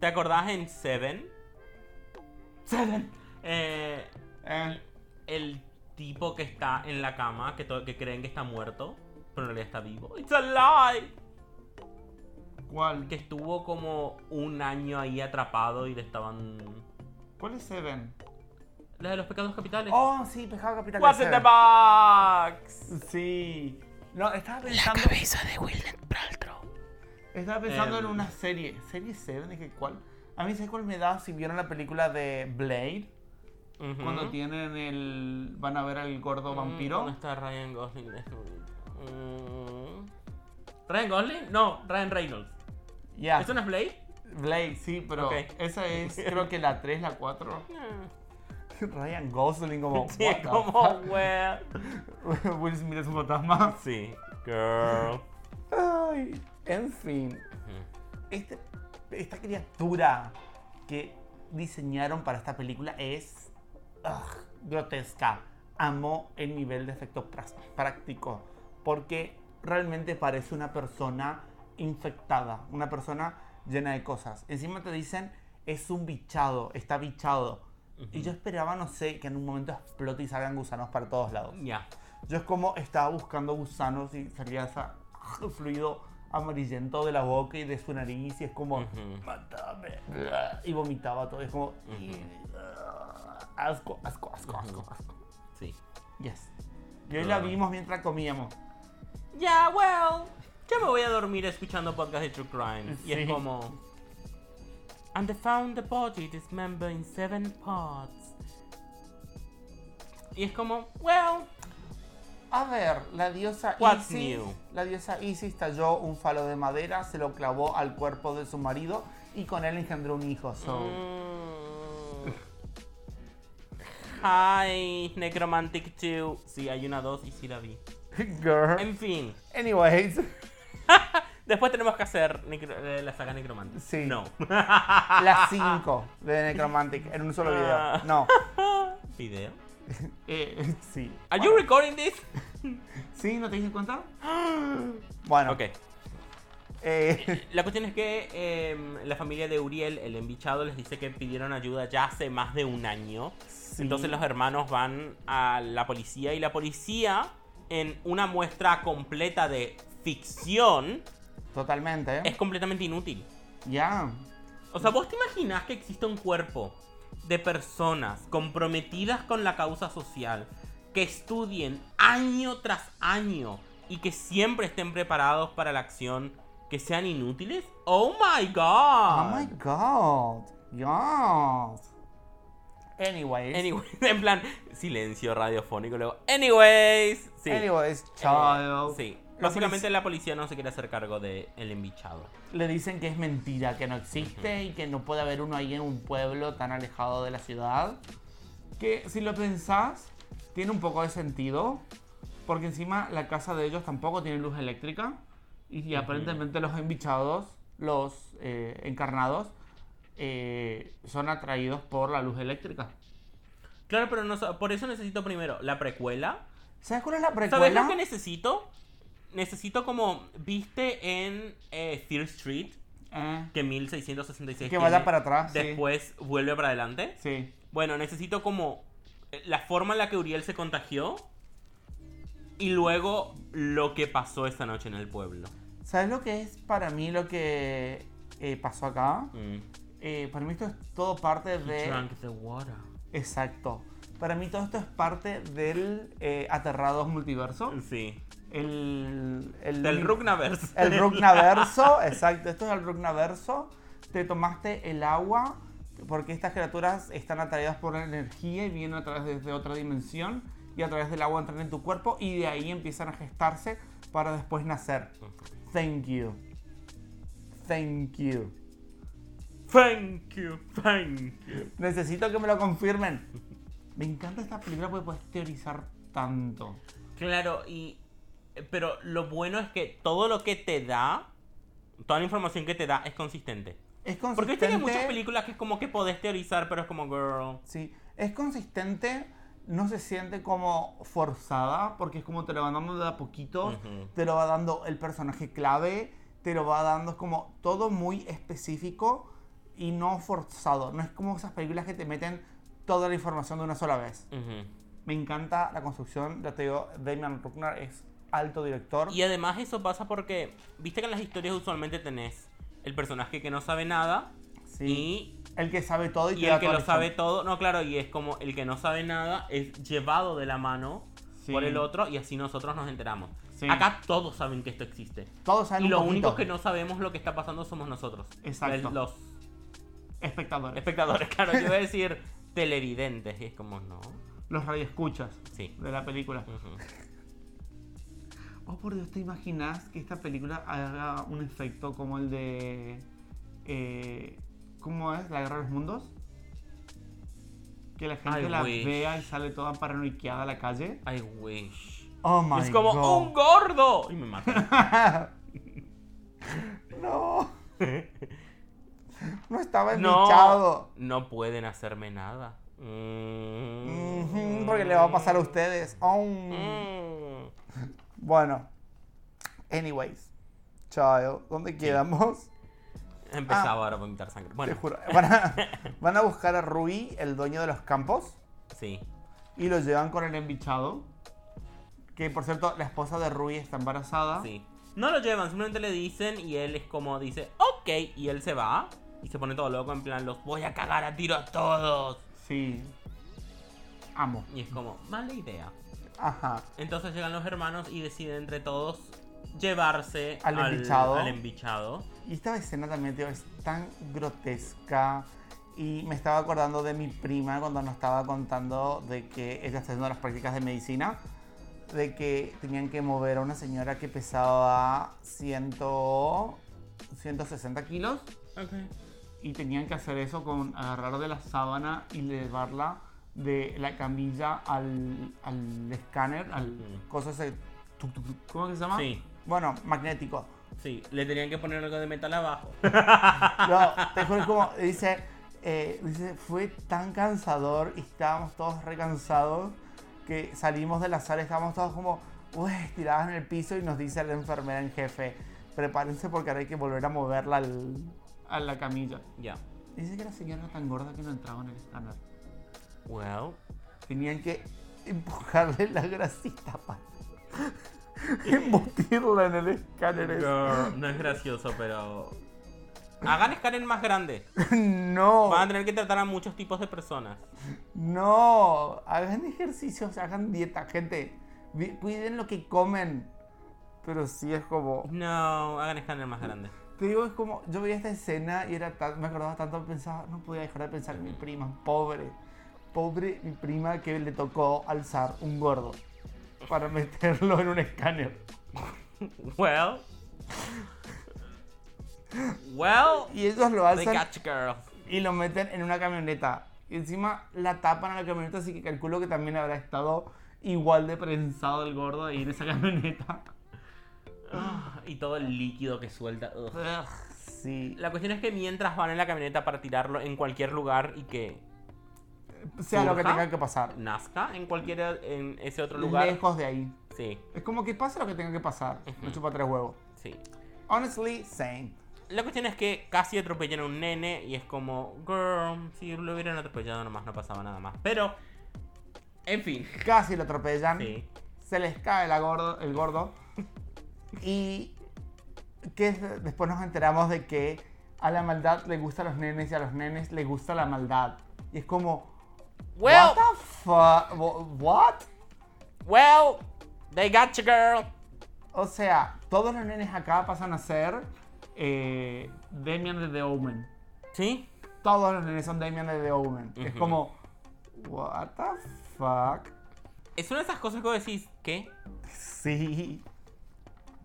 Speaker 2: ¿Te acordás en Seven? Seven. Eh,
Speaker 1: Eh,
Speaker 2: el tipo que está en la cama, que, to- que creen que está muerto, pero en realidad está vivo. It's alive.
Speaker 1: ¿Cuál?
Speaker 2: Que estuvo como un año ahí atrapado y le estaban.
Speaker 1: ¿Cuál es Seven?
Speaker 2: La de los pecados capitales.
Speaker 1: Oh, sí, Pescado Capital.
Speaker 2: What's in the box?
Speaker 1: Sí. No, estaba pensando.
Speaker 2: cabeza de Will Paltrow.
Speaker 1: Estaba pensando
Speaker 2: Em.
Speaker 1: en una serie. ¿Serie 7? Dije, ¿cuál? A mí, sé cuál me da si vieron la película de Blade?
Speaker 2: Ujú.
Speaker 1: Cuando tienen el. van a ver al gordo
Speaker 2: Mm,
Speaker 1: vampiro.
Speaker 2: ¿Dónde está Ryan Gosling? Es un- Mm. ¿Ryan Gosling? No, Ryan Reynolds.
Speaker 1: Ya.
Speaker 2: ¿Eso no es Blade?
Speaker 1: Blade, sí, pero
Speaker 2: Ok.
Speaker 1: esa es creo que la 3, la 4.
Speaker 2: No.
Speaker 1: Ryan Gosling como.
Speaker 2: Sí,
Speaker 1: what the
Speaker 2: como well.
Speaker 1: fuck? Will Smith es un fantasma.
Speaker 2: Sí, girl.
Speaker 1: Ay, en fin.
Speaker 2: Hmm.
Speaker 1: Este- esta criatura que diseñaron para esta película es ugh, grotesca. Amo el nivel de efecto prás- práctico porque realmente parece una persona infectada, una persona llena de cosas. Encima te dicen es un bichado, está bichado. Y yo esperaba, no sé, que en un momento explote y salgan gusanos para todos lados.
Speaker 2: Ya.
Speaker 1: Yo es como estaba buscando gusanos y salía ese fluido amarillento de la boca y de su nariz y es como,
Speaker 2: Ujú.
Speaker 1: mátame. Y vomitaba todo. y es como, asco, asco, asco, asco, asco.
Speaker 2: Sí.
Speaker 1: Yes. Y hoy la
Speaker 2: Claro.
Speaker 1: vimos mientras comíamos.
Speaker 2: Ya, well. Yo me voy a dormir escuchando podcast de True Crime. Y es
Speaker 1: Sí.
Speaker 2: como. And they found the body dismembered in seven parts. Y es como, well.
Speaker 1: A ver, la diosa
Speaker 2: What's
Speaker 1: Isis,
Speaker 2: new?
Speaker 1: la diosa Isis talló un falo de madera, se lo clavó al cuerpo de su marido y con él engendró un hijo. So,
Speaker 2: Mm. Hi, Necromantic 2. Sí, hay una 2 y sí la vi.
Speaker 1: girl.
Speaker 2: En fin,
Speaker 1: Anyways,
Speaker 2: después tenemos que hacer necro- eh, la saga Necromantic.
Speaker 1: Sí.
Speaker 2: No.
Speaker 1: las 5 de Necromantic en un solo video.
Speaker 2: Ah.
Speaker 1: No.
Speaker 2: ¿Video?
Speaker 1: Eh, sí.
Speaker 2: ¿Are you recording this?
Speaker 1: ¿Sí? ¿No te diste cuenta? Bueno.
Speaker 2: Ok.
Speaker 1: eh,
Speaker 2: La cuestión es que em, la familia de Uriel, el embichado, les dice que pidieron ayuda ya hace más de un año.
Speaker 1: sí.
Speaker 2: Entonces los hermanos van a la policía y la policía, en una muestra completa de ficción,
Speaker 1: Totalmente.
Speaker 2: es completamente inútil.
Speaker 1: Ya.
Speaker 2: O sea, ¿vos te imaginás que existe un cuerpo de personas comprometidas con la causa social que estudien año tras año y que siempre estén preparados para la acción que sean inútiles? ¡Oh my
Speaker 1: Oh
Speaker 2: god!
Speaker 1: my god. Yes. Anyways.
Speaker 2: Anyways, en plan, silencio radiofónico luego. Anyways, sí.
Speaker 1: Anyways,
Speaker 2: Eh,
Speaker 1: child.
Speaker 2: sí.
Speaker 1: La
Speaker 2: Básicamente la policía no se quiere hacer cargo del el embichado.
Speaker 1: Le dicen que es mentira, que no existe y que no puede haber uno ahí en un pueblo tan alejado de la ciudad. Que si lo pensás, tiene un poco de sentido. Porque encima la casa de ellos tampoco tiene luz eléctrica. Y aparentemente los embichados, los eh, encarnados, eh, son atraídos por la luz eléctrica.
Speaker 2: Claro, pero no, sa- por eso necesito primero la precuela.
Speaker 1: ¿Sabes cuál es la
Speaker 2: ¿Sabes
Speaker 1: precuela?
Speaker 2: lo que necesito? Necesito como, viste en eh, Fear Street,
Speaker 1: Eh,
Speaker 2: que 1666...
Speaker 1: Que vaya
Speaker 2: tiene,
Speaker 1: para atrás, sí.
Speaker 2: Después vuelve para adelante.
Speaker 1: sí.
Speaker 2: Bueno, necesito como eh, la forma en la que Uriel se contagió y luego lo que pasó esta noche en el pueblo.
Speaker 1: ¿Sabes lo que es para mí lo que eh, pasó acá? Eh, para mí esto es todo parte de...
Speaker 2: Mm. Drunk the water.
Speaker 1: Exacto. Para mí todo esto es parte del eh, Aterrados Multiverso.
Speaker 2: Sí.
Speaker 1: El... el
Speaker 2: Del Rugnaverse.
Speaker 1: El Rugnaverso, exacto. Esto es el Rugnaverso. Te tomaste el agua porque estas criaturas están atraídas por la energía y vienen a través desde otra dimensión y a través del agua entran en tu cuerpo y de ahí empiezan a gestarse para después nacer. Thank you. Thank you.
Speaker 2: Thank you, thank you.
Speaker 1: Necesito que me lo confirmen. Me encanta esta película porque puedes teorizar tanto.
Speaker 2: Claro, y. eh, Pero lo bueno es que todo lo que te da, toda la información que te da es consistente.
Speaker 1: Es consistente.
Speaker 2: Porque este tiene muchas películas que es como que podés teorizar, pero es como, girl.
Speaker 1: Sí, es consistente, no se siente como forzada, porque es como te lo van dando de a poquito,
Speaker 2: Ujú.
Speaker 1: te lo va dando el personaje clave, te lo va dando, es como todo muy específico y no forzado. No es como esas películas que te meten toda la información de una sola vez.
Speaker 2: Ujú.
Speaker 1: Me encanta la construcción, ya te digo, Damien Ruckner es alto director.
Speaker 2: Y además eso pasa porque, viste que en las historias usualmente tenés el personaje que no sabe nada
Speaker 1: sí.
Speaker 2: y-
Speaker 1: El que sabe todo y,
Speaker 2: y,
Speaker 1: te da
Speaker 2: el que
Speaker 1: toda
Speaker 2: lo
Speaker 1: la historia.
Speaker 2: sabe todo. No, claro, y es como el que no sabe nada es llevado de la mano
Speaker 1: Sí.
Speaker 2: por el otro y así nosotros nos enteramos.
Speaker 1: Sí.
Speaker 2: Acá todos saben que esto existe.
Speaker 1: Todos saben
Speaker 2: Y
Speaker 1: un
Speaker 2: lo
Speaker 1: poquito.
Speaker 2: único que no sabemos lo que está pasando somos nosotros.
Speaker 1: Exacto.
Speaker 2: Los, los
Speaker 1: Espectadores.
Speaker 2: espectadores, claro. Yo iba a decir televidentes. Y es como, no.
Speaker 1: Los radioescuchas
Speaker 2: Sí.
Speaker 1: de la película.
Speaker 2: Ujú.
Speaker 1: Oh, por Dios, ¿te imaginas que esta película haga un efecto como el de. eh, ¿Cómo es? ¿La guerra de los mundos? Que la gente
Speaker 2: I
Speaker 1: la
Speaker 2: wish.
Speaker 1: vea y sale toda paranoiqueada a la calle.
Speaker 2: I wish.
Speaker 1: Oh my
Speaker 2: es como un gordo. Y me matan.
Speaker 1: no. No estaba
Speaker 2: no.
Speaker 1: embichado.
Speaker 2: No pueden hacerme nada. Mm.
Speaker 1: Ujú, Porque le va a pasar a ustedes. Oh.
Speaker 2: Mm.
Speaker 1: Bueno. Anyways. Child, ¿dónde quedamos?
Speaker 2: Empezaba
Speaker 1: Ah.
Speaker 2: ahora a vomitar sangre.
Speaker 1: Te
Speaker 2: Bueno,
Speaker 1: juro. Van a, van a buscar a Rui, el dueño de los campos,
Speaker 2: sí.
Speaker 1: y lo llevan con el embichado. Que por cierto, la esposa de Rui está embarazada.
Speaker 2: Sí. No lo llevan, simplemente le dicen y él es como dice, ok, y él se va y se pone todo loco en plan, los voy a cagar a tiro a todos.
Speaker 1: Sí. Amo.
Speaker 2: Y es como, mala idea.
Speaker 1: Ajá.
Speaker 2: Entonces llegan los hermanos y deciden entre todos llevarse
Speaker 1: Al embichado.
Speaker 2: al embichado.
Speaker 1: Y esta escena también, tío, es tan grotesca. Y me estaba acordando de mi prima cuando nos estaba contando de que ella está haciendo las prácticas de medicina. De que tenían que mover a una señora que pesaba 100, 160 kilos. Y tenían que hacer eso con agarrar de la sábana y llevarla de la camilla al, al escáner, al
Speaker 2: Ujú.
Speaker 1: coso ese. tuc, tuc, tuc, ¿Cómo que se llama?
Speaker 2: Sí.
Speaker 1: Bueno, magnético.
Speaker 2: Sí, le tenían que poner algo de metal abajo.
Speaker 1: No, te juro, es como dice, eh, dice, fue tan cansador y estábamos todos recansados que salimos de la sala, estábamos todos como uy, estirados en el piso y nos dice la enfermera en jefe, prepárense porque ahora hay que volver a moverla al- a la camilla.
Speaker 2: Ya.
Speaker 1: Dice que la señora era tan gorda que no entraba en el escáner.
Speaker 2: Well.
Speaker 1: Tenían que empujarle la grasita para embutirla en el escáner. ese.
Speaker 2: girl, No es gracioso, pero... Hagan escáner más grande.
Speaker 1: No.
Speaker 2: Van a tener que tratar a muchos tipos de personas.
Speaker 1: No, hagan ejercicios, hagan dieta, gente. Vi- Cuiden lo que comen. Pero sí es como.
Speaker 2: No, hagan escáner más grande.
Speaker 1: Te digo, es como. Yo veía esta escena y era tan, me acordaba tanto, pensaba, no podía dejar de pensar en mi prima, pobre. Pobre mi prima que le tocó alzar un gordo para meterlo en un escáner.
Speaker 2: Well. Well.
Speaker 1: Y ellos lo
Speaker 2: They
Speaker 1: hacen
Speaker 2: got you, girl.
Speaker 1: y lo meten en una camioneta. Y encima la tapan a la camioneta, así que calculo que también habrá estado igual de prensado el gordo ahí en esa camioneta.
Speaker 2: Ah, Y todo el líquido que suelta. ugh.
Speaker 1: Ugh, sí.
Speaker 2: La cuestión es que mientras van en la camioneta para tirarlo en cualquier lugar y que
Speaker 1: sea lo que
Speaker 2: Surja.
Speaker 1: tenga que pasar.
Speaker 2: nazca en cualquier en ese otro lugar.
Speaker 1: Lejos de ahí.
Speaker 2: Sí,
Speaker 1: Es como que pase lo que tenga que pasar. Me
Speaker 2: Mm.
Speaker 1: chupa tres huevos.
Speaker 2: sí.
Speaker 1: Honestly, same.
Speaker 2: La cuestión es que casi atropellan a un nene y es como, girl, si lo hubieran atropellado nomás no pasaba nada más. Pero, en fin.
Speaker 1: Casi lo atropellan.
Speaker 2: Sí.
Speaker 1: Se les cae la gordo, el gordo. y que es- después nos enteramos de que a la maldad le gusta a los nenes y a los nenes les gusta la maldad. Y es como...
Speaker 2: Well,
Speaker 1: What the fu- What?
Speaker 2: well, they got you, girl.
Speaker 1: O sea, todos los nenes acá pasan a ser eh, Demian de The Omen.
Speaker 2: Sí.
Speaker 1: todos los nenes son Damian de The Omen. Es
Speaker 2: Ujú.
Speaker 1: como, what the fuck?
Speaker 2: Es una de esas cosas que vos decís, ¿qué?
Speaker 1: Sí.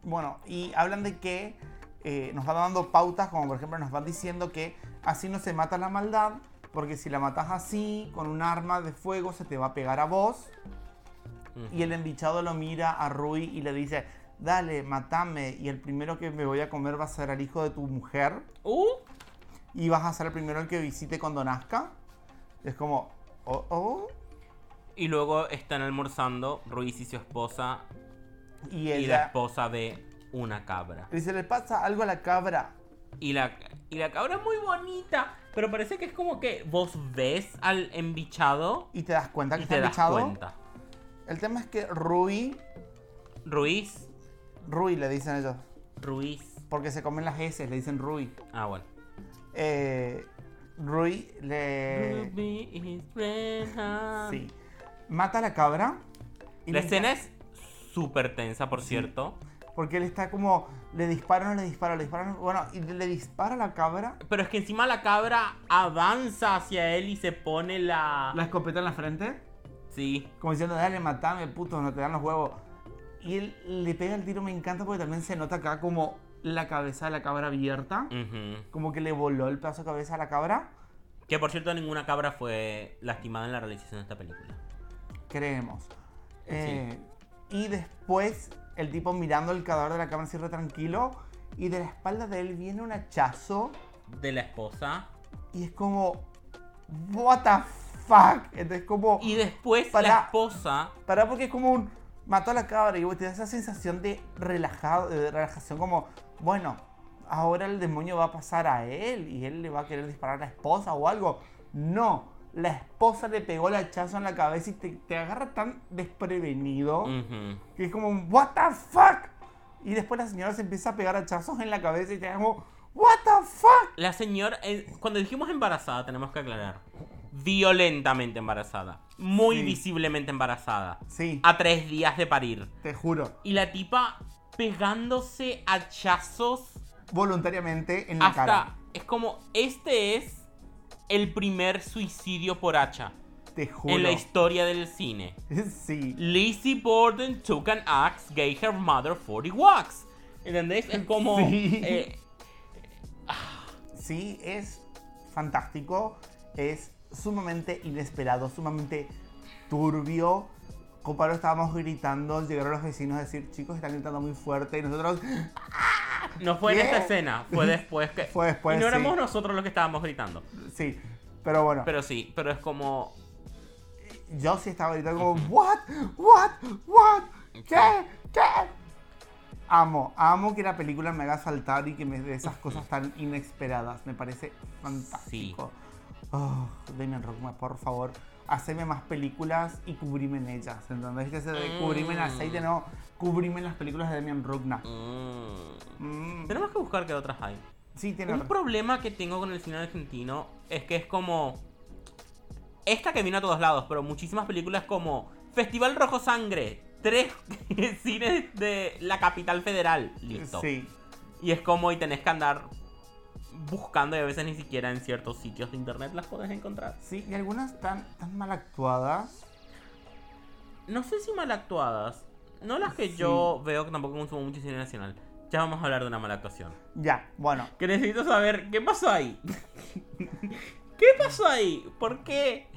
Speaker 1: Bueno, y hablan de que eh, nos van dando pautas, como por ejemplo nos van diciendo que así no se mata la maldad, porque si la matas así, con un arma de fuego, se te va a pegar a vos. Y el embichado lo mira a Rui y le dice, dale, matame, y el primero que me voy a comer va a ser al hijo de tu mujer.
Speaker 2: Uh,
Speaker 1: y vas a ser el primero el que visite cuando nazca. Es como, oh, oh.
Speaker 2: Y luego están almorzando Ruiz y su esposa
Speaker 1: Y
Speaker 2: y la
Speaker 1: ella
Speaker 2: esposa de una cabra.
Speaker 1: dice, le pasa algo a la cabra.
Speaker 2: Y la, y la cabra es muy bonita, pero parece que es como que vos ves al embichado
Speaker 1: Y te das cuenta que
Speaker 2: y
Speaker 1: está
Speaker 2: te das
Speaker 1: embichado.
Speaker 2: cuenta.
Speaker 1: El tema es que Rui,
Speaker 2: Ruiz,
Speaker 1: Rui le dicen ellos,
Speaker 2: Ruiz.
Speaker 1: porque se comen las S, le dicen Rui.
Speaker 2: Ah, bueno.
Speaker 1: Eh, Rui le...
Speaker 2: Ruby is red hot.
Speaker 1: Sí. Mata a la cabra. y
Speaker 2: La
Speaker 1: le-
Speaker 2: escena es súper tensa, por cierto.
Speaker 1: Porque él está como, le disparo, no le disparo, le disparo, no- bueno, y le dispara a la cabra.
Speaker 2: Pero es que encima la cabra avanza hacia él y se pone la...
Speaker 1: La escopeta en la frente,
Speaker 2: Sí.
Speaker 1: como diciendo, dale, matame, puto, no te dan los huevos. Y él le pega el tiro, me encanta porque también se nota acá como la cabeza de la cabra abierta.
Speaker 2: Ujú.
Speaker 1: Como que le voló el pedazo de cabeza a la cabra.
Speaker 2: Que por cierto ninguna cabra fue lastimada en la realización de esta película.
Speaker 1: creemos. Eh, Y después el tipo mirando el cadáver de la cámara cierra tranquilo y de la espalda de él viene un hachazo
Speaker 2: De la esposa.
Speaker 1: y es como, what the fuck. Entonces como,
Speaker 2: Y después la
Speaker 1: Para-
Speaker 2: esposa...
Speaker 1: pará porque es como un, mató a la cabra y vos te da esa sensación de, relajado, de relajación como, bueno, ahora el demonio va a pasar a él y él le va a querer disparar a la esposa o algo. No, la esposa le pegó el hachazo en la cabeza y te, te agarra tan desprevenido.
Speaker 2: Ujú.
Speaker 1: que es como un what the fuck y después la señora se empieza a pegar hachazos en la cabeza y te da como what the fuck
Speaker 2: La señora, eh, cuando dijimos embarazada, tenemos que aclarar. Violentamente embarazada. Muy
Speaker 1: Sí.
Speaker 2: visiblemente embarazada.
Speaker 1: sí
Speaker 2: A tres días de parir.
Speaker 1: te juro
Speaker 2: Y la tipa pegándose hachazos
Speaker 1: voluntariamente en la
Speaker 2: hasta...
Speaker 1: cara
Speaker 2: Es como, este es el primer suicidio por hacha
Speaker 1: te juro
Speaker 2: en la historia del cine.
Speaker 1: sí
Speaker 2: Lizzie Borden took an axe, gave her mother 40 whacks. ¿Entendés? Es como...
Speaker 1: Sí.
Speaker 2: eh,
Speaker 1: sí es fantástico es sumamente inesperado sumamente turbio Comparo, estábamos gritando, llegaron los vecinos a decir, chicos, están gritando muy fuerte, y nosotros,
Speaker 2: no fue en
Speaker 1: Bien.
Speaker 2: esta escena, fue después que...
Speaker 1: Fue después,
Speaker 2: Y no éramos
Speaker 1: sí.
Speaker 2: nosotros los que estábamos gritando.
Speaker 1: sí, pero bueno.
Speaker 2: Pero sí, pero es como...
Speaker 1: yo sí estaba gritando como, ¿what? ¿what? ¿what? ¿qué? ¿qué? Amo, amo que la película me haga saltar y que me dé esas cosas tan inesperadas. Me parece fantástico. Oh, Damien Rockman, por favor, haceme más películas y cubrime en ellas. ¿Entendés? Que se de cubrime en
Speaker 2: Mm.
Speaker 1: aceite, no, cubrime en las películas de Damien Rockman.
Speaker 2: mm,
Speaker 1: Mm,
Speaker 2: Tenemos que buscar qué otras hay.
Speaker 1: sí, tiene
Speaker 2: Un
Speaker 1: razón.
Speaker 2: problema que tengo con el cine argentino es que es como... Esta que vino a todos lados, pero muchísimas películas como Festival Rojo Sangre, tres cines de la capital federal. Listo.
Speaker 1: Sí,
Speaker 2: Y es como, y tenés que andar buscando y a veces ni siquiera en ciertos sitios de internet las podés encontrar.
Speaker 1: sí, y algunas tan, tan mal actuadas.
Speaker 2: No sé si mal actuadas. No las que yo veo que tampoco consumo mucho cine nacional. Ya vamos a hablar de una mala actuación.
Speaker 1: Ya, bueno,
Speaker 2: Que necesito saber qué pasó ahí. ¿Qué pasó ahí? ¿Por qué?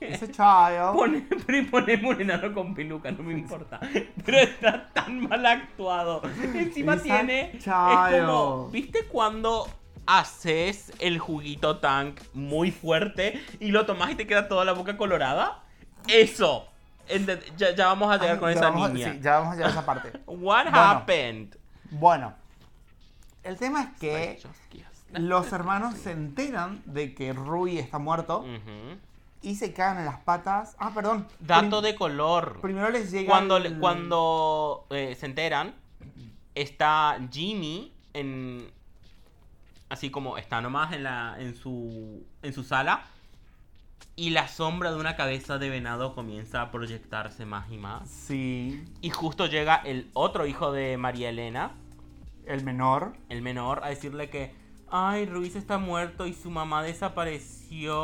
Speaker 1: ese child.
Speaker 2: Pone, ponemos un enano con peluca, no me importa. Pero está tan mal actuado. Encima
Speaker 1: Esa
Speaker 2: tiene. Es
Speaker 1: chayo.
Speaker 2: como. ¿Viste cuando haces el juguito tank muy fuerte y lo tomás y te queda toda la boca colorada? Eso. Ente- Ya, ya vamos a llegar con
Speaker 1: Ah, Ya
Speaker 2: esa
Speaker 1: vamos a-
Speaker 2: niña.
Speaker 1: sí, ya vamos a llegar a esa parte.
Speaker 2: What
Speaker 1: Bueno.
Speaker 2: happened?
Speaker 1: Bueno, el tema es que los hermanos se enteran de que Rui está muerto
Speaker 2: Mm. Ujú.
Speaker 1: y se cagan en las patas. Ah, perdón. Prim-
Speaker 2: Dato de color.
Speaker 1: Primero les llega.
Speaker 2: Cuando, le-
Speaker 1: el-
Speaker 2: cuando eh, se enteran, está Jimmy en. Así como está nomás en, la, en, su, en su sala. Y la sombra de una cabeza de venado comienza a proyectarse más y más.
Speaker 1: Sí,
Speaker 2: Y justo llega el otro hijo de María Elena,
Speaker 1: el menor.
Speaker 2: el menor, a decirle que. Ay, Ruiz está muerto y su mamá desapareció.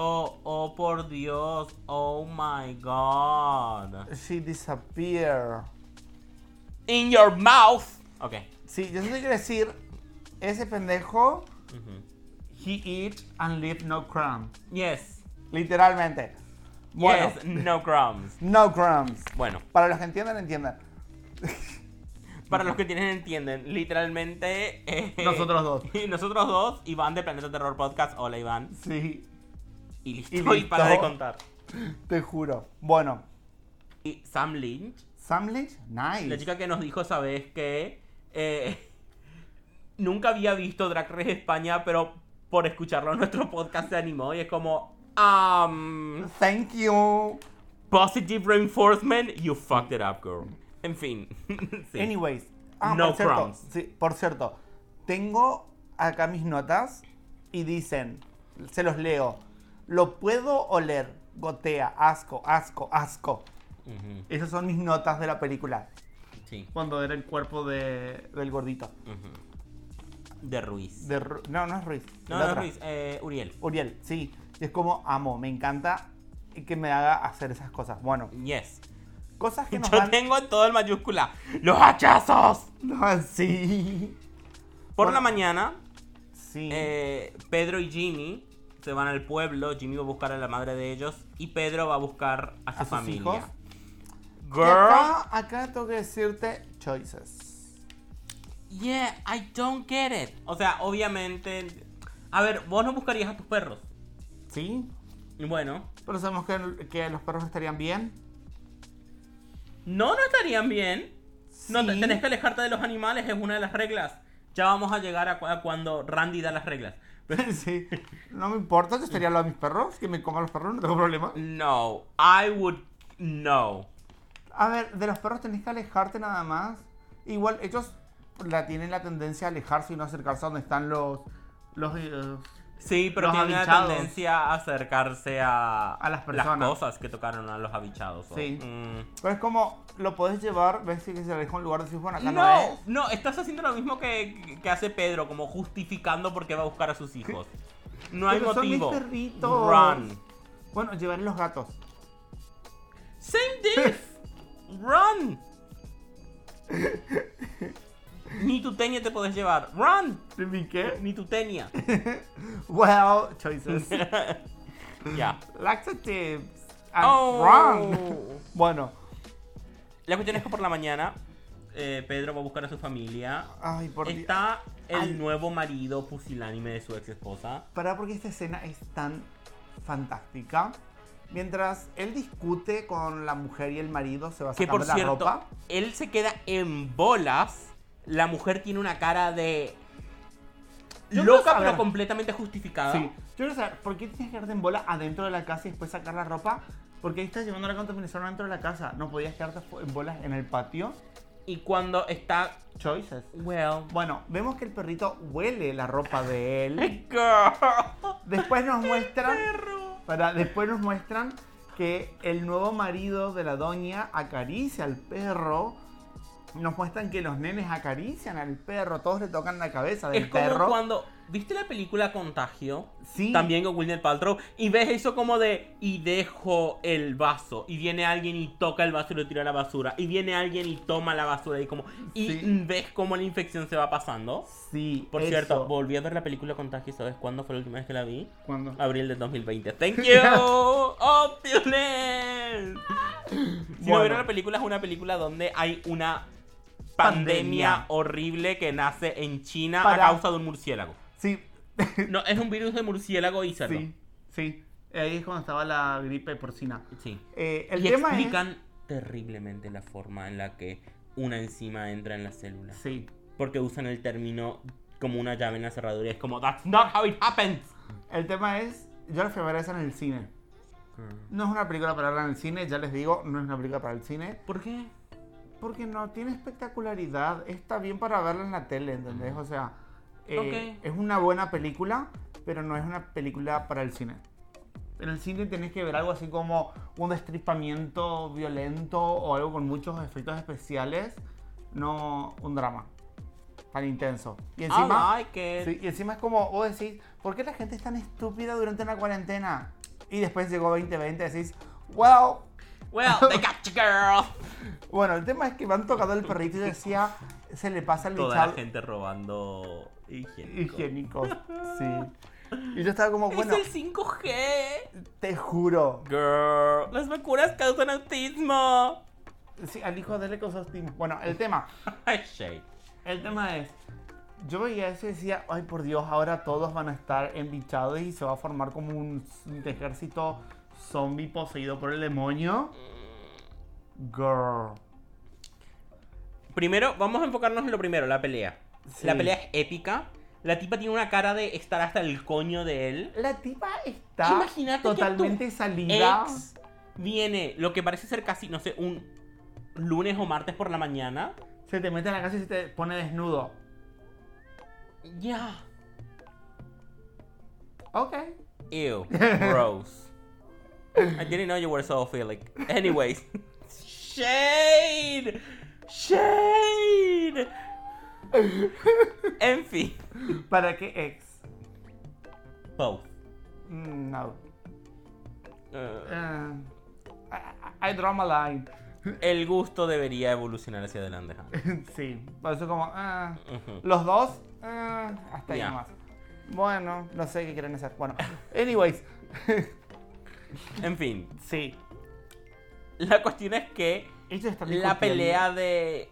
Speaker 2: Oh, por Dios. Oh, my God.
Speaker 1: She disappeared.
Speaker 2: In your mouth. Ok.
Speaker 1: Sí, yo solo quiero decir: ese pendejo,
Speaker 2: Ujú.
Speaker 1: he eat and leave no crumb.
Speaker 2: Yes.
Speaker 1: Literalmente. Bueno,
Speaker 2: Yes, no crumbs.
Speaker 1: no crumbs.
Speaker 2: Bueno,
Speaker 1: Para los que entiendan, entiendan.
Speaker 2: para los que tienen entienden, literalmente eh,
Speaker 1: Nosotros dos.
Speaker 2: y nosotros dos, Iván de Planeta Terror Podcast, hola Iván,
Speaker 1: Sí,
Speaker 2: y listo,
Speaker 1: Y
Speaker 2: y,
Speaker 1: listo.
Speaker 2: para de contar.
Speaker 1: te juro. Bueno,
Speaker 2: Y Sam Lynch,
Speaker 1: Sam Lynch, nice.
Speaker 2: la chica que nos dijo sabes que eh, nunca había visto Drag Race España, pero por escucharlo en nuestro podcast se animó y es como um,
Speaker 1: Thank you.
Speaker 2: positive reinforcement, you fucked it up, girl. En fin. sí.
Speaker 1: Anyways. Ah,
Speaker 2: No
Speaker 1: por cierto,
Speaker 2: crumbs.
Speaker 1: sí, por cierto, tengo acá mis notas y dicen, se los leo. Lo puedo oler, gotea, asco, asco, asco.
Speaker 2: Ujú,
Speaker 1: Esas son mis notas de la película.
Speaker 2: Sí.
Speaker 3: Cuando era el cuerpo de, del gordito.
Speaker 2: Ujú. De Ruiz.
Speaker 1: De Ru- no, no es Ruiz.
Speaker 2: No,
Speaker 1: la
Speaker 2: no,
Speaker 1: otra.
Speaker 2: Ruiz, eh, Uriel.
Speaker 1: Uriel, sí. Y es como amo, me encanta que me haga hacer esas cosas. Bueno,
Speaker 2: Yes.
Speaker 1: cosas que nos
Speaker 2: Yo
Speaker 1: dan-
Speaker 2: tengo todo en mayúscula. ¡Los hachazos!
Speaker 1: No, sí.
Speaker 2: Por
Speaker 1: Bueno.
Speaker 2: la mañana,
Speaker 1: Sí.
Speaker 2: eh, Pedro y Jimmy se van al pueblo. Jimmy va a buscar a la madre de ellos y Pedro va a buscar a su
Speaker 1: ¿A sus
Speaker 2: familia.
Speaker 1: hijos? Y
Speaker 2: Girl.
Speaker 1: acá, acá tengo que decirte choices.
Speaker 2: Yeah, I don't get it. O sea, obviamente. A ver, vos no buscarías a tus perros.
Speaker 1: Sí.
Speaker 2: Bueno,
Speaker 1: Pero sabemos que, que los perros estarían bien.
Speaker 2: no, no estarían bien. No, te-
Speaker 1: Sí.
Speaker 2: tenés que alejarte de los animales, es una de las reglas. Ya vamos a llegar a, cu- a cuando Randy da las reglas.
Speaker 1: sí. No me importa, yo estaría al lado de mis perros, que me coman los perros, no tengo problema.
Speaker 2: No, I would. No.
Speaker 1: A ver, de los perros tenés que alejarte nada más. Igual ellos la tienen la tendencia a alejarse y no acercarse a donde están los los eh,
Speaker 2: Sí, pero
Speaker 1: Los
Speaker 2: tiene una
Speaker 1: abichados.
Speaker 2: tendencia a acercarse a,
Speaker 1: A las personas.
Speaker 2: cosas que tocaron a los habichados. o-
Speaker 1: Sí.
Speaker 2: Mm.
Speaker 1: pero es como lo podés llevar, ves que se alejó un lugar de decís, bueno, acá no,
Speaker 2: No,
Speaker 1: es.
Speaker 2: no, estás haciendo lo mismo que, que hace Pedro, como justificando por qué va a buscar a sus hijos. No hay
Speaker 1: Pero son mis
Speaker 2: motivo.
Speaker 1: perritos.
Speaker 2: Run.
Speaker 1: Bueno, llevaré los gatos.
Speaker 2: Same diff. Run. Ni tu teña te podés llevar. Run.
Speaker 1: ¿Mi qué?
Speaker 2: Ni tu teña.
Speaker 1: Well, choices.
Speaker 2: Ya.
Speaker 1: Laxatives. And
Speaker 2: Oh.
Speaker 1: wrong. Bueno,
Speaker 2: La cuestión es que por la mañana eh, Pedro va a buscar a su familia.
Speaker 1: ay, por Dios.
Speaker 2: Está el
Speaker 1: Ay.
Speaker 2: nuevo marido pusilánime de su ex esposa.
Speaker 1: Pará porque esta escena es tan fantástica. Mientras él discute con la mujer y el marido, se va
Speaker 2: Que
Speaker 1: sacando
Speaker 2: por
Speaker 1: la
Speaker 2: cierto,
Speaker 1: ropa.
Speaker 2: él se queda en bolas. La mujer tiene una cara de.
Speaker 1: Yo quiero
Speaker 2: loca,
Speaker 1: saber-
Speaker 2: pero completamente justificada.
Speaker 1: Sí. Yo quiero saber, ¿por qué tienes que quedarte en bola adentro de la casa y después sacar la ropa? Porque ahí estás llevando la contaminación adentro de la casa. No podías quedarte fu- en bolas en el patio.
Speaker 2: Y cuando está.
Speaker 1: Choices.
Speaker 2: Well.
Speaker 1: Bueno, vemos que el perrito huele la ropa de él.
Speaker 2: Girl.
Speaker 1: Después nos muestran.
Speaker 2: Perro.
Speaker 1: Para, después nos muestran que el nuevo marido de la doña acaricia al perro. Nos muestran que los nenes acarician al perro, todos le tocan la cabeza del
Speaker 2: Es como
Speaker 1: perro.
Speaker 2: cuando. ¿Viste la película Contagio?
Speaker 1: Sí.
Speaker 2: También con Winnet Paltrow. Y ves eso como de. Y dejo el vaso. Y viene alguien y toca el vaso y lo tira a la basura. Y viene alguien y toma la basura. Y como. Y
Speaker 1: Sí.
Speaker 2: ves cómo la infección se va pasando.
Speaker 1: Sí,
Speaker 2: Por
Speaker 1: eso.
Speaker 2: cierto, volví a ver la película Contagio, ¿sabes cuándo fue la última vez que la vi?
Speaker 1: Cuando-
Speaker 2: Abril del 2020. ¡Thank you! ¡Opulent! Si no
Speaker 1: Bueno.
Speaker 2: vieron la película, es una película donde hay una pandemia,
Speaker 1: Pandemia.
Speaker 2: horrible que nace en China
Speaker 1: Para-
Speaker 2: a causa de un murciélago.
Speaker 1: Sí,
Speaker 2: No, es un virus de murciélago y cerdo.
Speaker 1: sí, sí. Ahí es cuando estaba la gripe porcina.
Speaker 2: Sí.
Speaker 1: Eh, el
Speaker 2: y
Speaker 1: tema
Speaker 2: explican terriblemente la forma en la que una enzima entra en las
Speaker 1: es.
Speaker 2: células.
Speaker 1: Sí.
Speaker 2: Porque usan el término como una llave en la cerradura. y Es como, that's not how it happens.
Speaker 1: El tema es. Yo la fui a ver esa en el cine. No es una película para verla en el cine, ya les digo, no es una película para el cine.
Speaker 2: ¿Por qué?
Speaker 1: Porque no tiene espectacularidad. Está bien para verla en la tele, ¿entendés? O sea, eh,
Speaker 2: Ok.
Speaker 1: es una buena película, pero no es una película para el cine. En el cine tenés que ver algo así como un destripamiento violento o algo con muchos efectos especiales, no un drama tan intenso.
Speaker 2: Ah,
Speaker 1: Y encima,
Speaker 2: I like it.
Speaker 1: sí, y encima es como vos decís, ¿por qué la gente es tan estúpida durante una cuarentena? Y después llegó 2020 y decís, wow,
Speaker 2: Well, they got you, girl.
Speaker 1: Bueno, el tema es que me han tocado el perrito y yo decía, se le pasa el
Speaker 2: Toda la
Speaker 1: bichado
Speaker 2: gente robando higiénico.
Speaker 1: higiénico. Sí. Y yo estaba como, bueno,
Speaker 2: Es el 5G.
Speaker 1: te juro.
Speaker 2: Girl, las vacunas causan autismo.
Speaker 1: Sí, al hijo de él le causó estima. Bueno, el tema,
Speaker 2: Ay, shade.
Speaker 1: el tema es, yo veía eso y decía, ay por Dios, ahora todos van a estar embichados y se va a formar como un ejército zombie poseído por el demonio. Girl.
Speaker 2: Primero, vamos a enfocarnos en lo primero, la pelea.
Speaker 1: Sí.
Speaker 2: La pelea es épica. La tipa tiene una cara de estar hasta el coño de él.
Speaker 1: La tipa está
Speaker 2: Imagínate que
Speaker 1: totalmente
Speaker 2: tu
Speaker 1: salida.
Speaker 2: Ex viene lo que parece ser casi, no sé, un lunes o martes por la mañana.
Speaker 1: Se te mete en la casa y se te pone desnudo.
Speaker 2: Ya.
Speaker 1: Ok.
Speaker 2: Ew, gross. I didn't know you were so Anyways, shade, Shade. en fin.
Speaker 1: ¿Para qué ex?
Speaker 2: Both.
Speaker 1: Mm, No.
Speaker 2: Eh,
Speaker 1: Eh, I, I- I draw my line.
Speaker 2: el gusto debería evolucionar hacia adelante. Hannah.
Speaker 1: sí, por eso como... ah,
Speaker 2: Ujú.
Speaker 1: Los dos, ah, hasta ahí
Speaker 2: Ya.
Speaker 1: nomás. Bueno, no sé qué quieren hacer. Bueno, anyways,
Speaker 2: En fin.
Speaker 1: sí.
Speaker 2: La cuestión es que
Speaker 1: Ellos están
Speaker 2: la
Speaker 1: discutiendo.
Speaker 2: pelea de.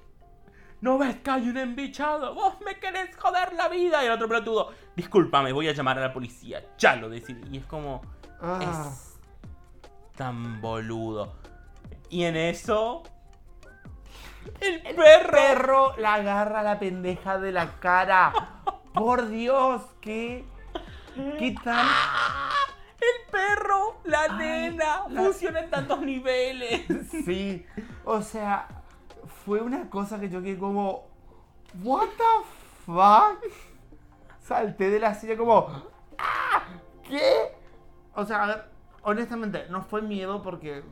Speaker 2: No ves que hay un embichado, vos me querés joder la vida. Y el otro pelotudo, discúlpame, voy a llamar a la policía, ya lo decidí. Y es como,
Speaker 1: Ah,
Speaker 2: es tan boludo. Y en eso, el perro.
Speaker 1: perro la agarra a la pendeja de la cara. Por Dios, qué... ¿Qué tal?
Speaker 2: El perro, la nena,
Speaker 1: la-
Speaker 2: funciona en tantos niveles.
Speaker 1: Sí, o sea, fue una cosa que yo quedé como, what the fuck? Salté de la silla como, "Ah, ¿qué? O sea, a ver, honestamente, no fue miedo porque eh,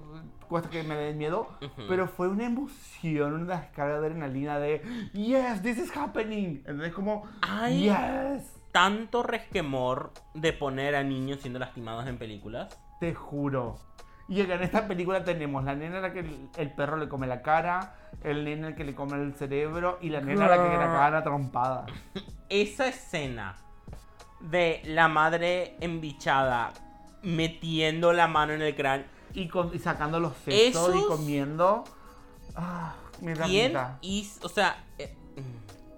Speaker 1: cuesta que me den miedo, pero fue una emoción, una descarga de adrenalina de, yes, this is happening. Entonces como,
Speaker 2: Ay.
Speaker 1: yes,
Speaker 2: Tanto resquemor de poner a niños siendo lastimados en películas.
Speaker 1: te juro. Y acá en esta película tenemos la nena a la que el, el perro le come la cara, el nene al que le come el cerebro y la nena a la que le cagan a trompada.
Speaker 2: esa escena de la madre embichada metiendo la mano en el cráneo.
Speaker 1: Y, con- y sacando los sesos y
Speaker 2: Esos-
Speaker 1: comiendo. Ah, me da
Speaker 2: ¿Quién
Speaker 1: vida.
Speaker 2: hizo? O sea. eh,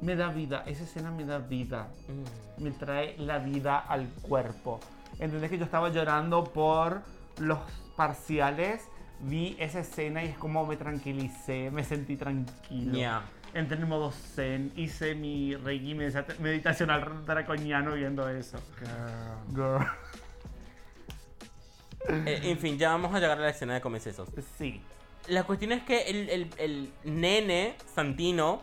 Speaker 1: Me da vida. Esa escena me da vida.
Speaker 2: mm, mm.
Speaker 1: Me trae la vida al cuerpo. ¿Entendés que yo estaba llorando por los parciales? Vi esa escena y es como me tranquilicé, me sentí tranquilo.
Speaker 2: Ya.
Speaker 1: Entré en modo zen, hice mi reiki medita- meditacional draconiano viendo eso. Girl.
Speaker 2: Eh, en fin, ya vamos a llegar a la escena de comienzos.
Speaker 1: Sí.
Speaker 2: La cuestión es que el, el- el nene, Santino,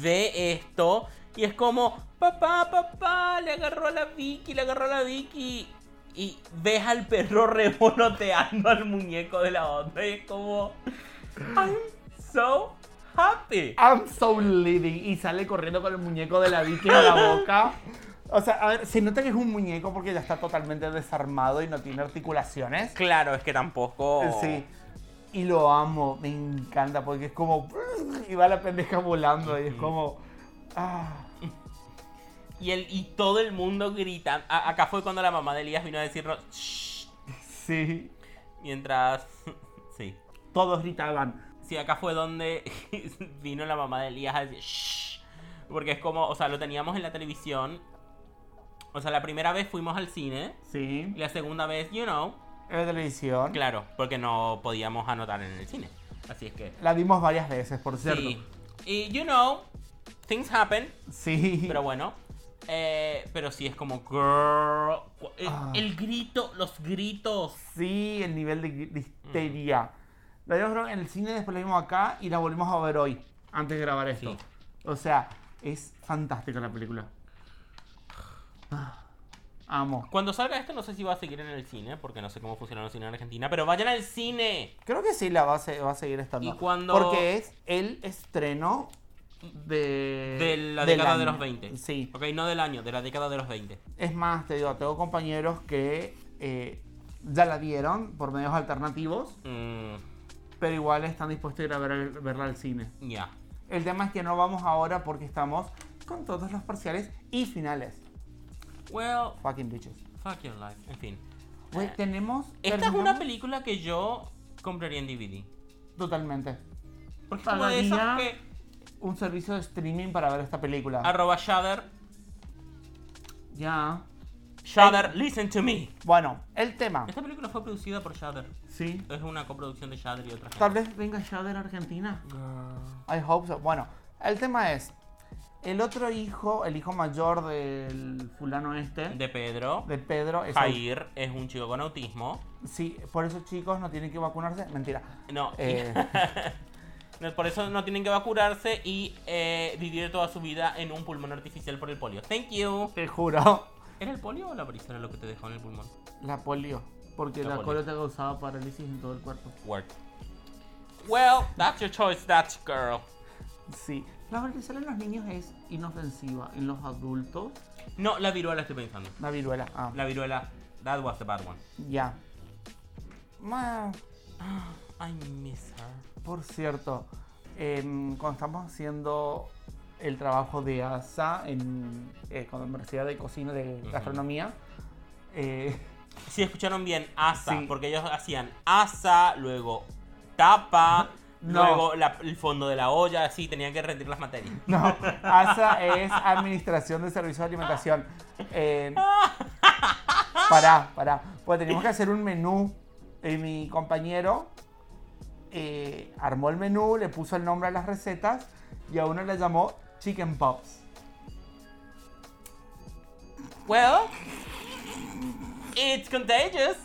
Speaker 2: ve esto y es como, papá, papá, le agarró a la Vicky, le agarró a la Vicky. Y ves al perro revoloteando al muñeco de la otra y es como, I'm so happy.
Speaker 1: I'm so living. Y sale corriendo con el muñeco de la Vicky en la boca. O sea, a ver, se nota que es un muñeco porque ya está totalmente desarmado y no tiene articulaciones.
Speaker 2: Claro, es que tampoco...
Speaker 1: Sí. Y lo amo, me encanta porque es como. Y va la pendeja volando y es como. Ah.
Speaker 2: Y, el, y todo el mundo grita. A- acá fue cuando la mamá de Elías vino a decirnos, "Shh",
Speaker 1: Sí.
Speaker 2: mientras... sí.
Speaker 1: Todos gritaban.
Speaker 2: Sí, acá fue donde vino la mamá de Elías a decir "Shh", Porque es como, o sea, lo teníamos en la televisión. O sea, la primera vez fuimos al cine.
Speaker 1: Sí.
Speaker 2: Y la segunda vez, you know.
Speaker 1: En la televisión.
Speaker 2: Claro, porque no podíamos anotar en el cine. Así es que.
Speaker 1: La vimos varias veces, por cierto.
Speaker 2: Sí. Y you know, things happen.
Speaker 1: Sí.
Speaker 2: Pero bueno. eh, pero sí es como, girl. El,
Speaker 1: Ah.
Speaker 2: el grito, los gritos.
Speaker 1: Sí, el nivel de, de
Speaker 2: Mm.
Speaker 1: histeria. La vimos creo, en el cine, después la vimos acá y la volvimos a ver hoy, antes de grabar esto.
Speaker 2: Sí.
Speaker 1: O sea, es fantástica la película. Ah, Amo.
Speaker 2: Cuando salga esto, no sé si va a seguir en el cine. Porque no sé cómo funciona el cine en Argentina. Pero vayan al cine.
Speaker 1: Creo que sí la va a, se- va a seguir estando.
Speaker 2: Y cuando-
Speaker 1: Porque es el estreno de...
Speaker 2: De la
Speaker 1: Eh, del
Speaker 2: década de
Speaker 1: año.
Speaker 2: los 20.
Speaker 1: Sí.
Speaker 2: Ok, no del año, de la década de los 20.
Speaker 1: Es más, te digo, tengo compañeros que eh, ya la vieron por medios alternativos,
Speaker 2: Mm,
Speaker 1: pero igual están dispuestos a ir a ver- verla al cine.
Speaker 2: ya.
Speaker 1: El tema es que no vamos ahora porque estamos con todos los parciales y finales.
Speaker 2: Well,
Speaker 1: Fucking bitches.
Speaker 2: fuck your life. En fin.
Speaker 1: Güey, tenemos.
Speaker 2: Eh, Esta es una
Speaker 1: terminamos
Speaker 2: película que yo compraría en DVD.
Speaker 1: Totalmente.
Speaker 2: Porque es como de esas
Speaker 1: Pagaría-
Speaker 2: que.
Speaker 1: Un servicio de streaming para ver esta película.
Speaker 2: Arroba Shudder.
Speaker 1: ya.
Speaker 2: Shudder, listen to me.
Speaker 1: Bueno, el tema.
Speaker 2: Esta película fue producida por Shudder.
Speaker 1: Sí.
Speaker 2: Es una coproducción de Shudder y otra
Speaker 1: Tal
Speaker 2: gente.
Speaker 1: vez venga ya de la Argentina. I hope so. Bueno, el tema es. El otro hijo, el hijo mayor del fulano este, de,
Speaker 2: De Pedro.
Speaker 1: Pedro, es aut-
Speaker 2: Jair es un chico con autismo.
Speaker 1: Sí, por eso chicos no tienen que vacunarse. Mentira.
Speaker 2: No,
Speaker 1: Eh,
Speaker 2: no, por eso no tienen que vacunarse y eh, vivir toda su vida en un pulmón artificial por el polio. Thank you.
Speaker 1: te juro.
Speaker 2: ¿Era el polio o la varicela lo que te dejó en el pulmón?
Speaker 1: La polio. Porque
Speaker 2: La
Speaker 1: la,
Speaker 2: polio.
Speaker 1: polio te causaba parálisis en todo el cuerpo.
Speaker 2: Word. Well, that's your choice, that's girl.
Speaker 1: Sí. La varicela en los niños es inofensiva. En los adultos,
Speaker 2: No, la viruela estoy pensando.
Speaker 1: la viruela. Ah,
Speaker 2: La viruela, that was the bad one.
Speaker 1: ya. Ma-
Speaker 2: I miss her.
Speaker 1: Por cierto, em, cuando estamos haciendo el trabajo de ASA en eh, con la Universidad de Cocina de
Speaker 2: Ujú.
Speaker 1: Gastronomía, eh,
Speaker 2: Si escucharon bien, asa,
Speaker 1: Sí.
Speaker 2: porque ellos hacían asa, luego tapa,
Speaker 1: No.
Speaker 2: luego la- el fondo de la olla, así, tenían que rendir las materias.
Speaker 1: no, ASA es Administración de Servicios de Alimentación. Eh, pará, pará. Pues teníamos que hacer un menú y mi compañero eh, armó el menú, le puso el nombre a las recetas y a uno le llamó Chicken Pops.
Speaker 2: Well, it's contagious.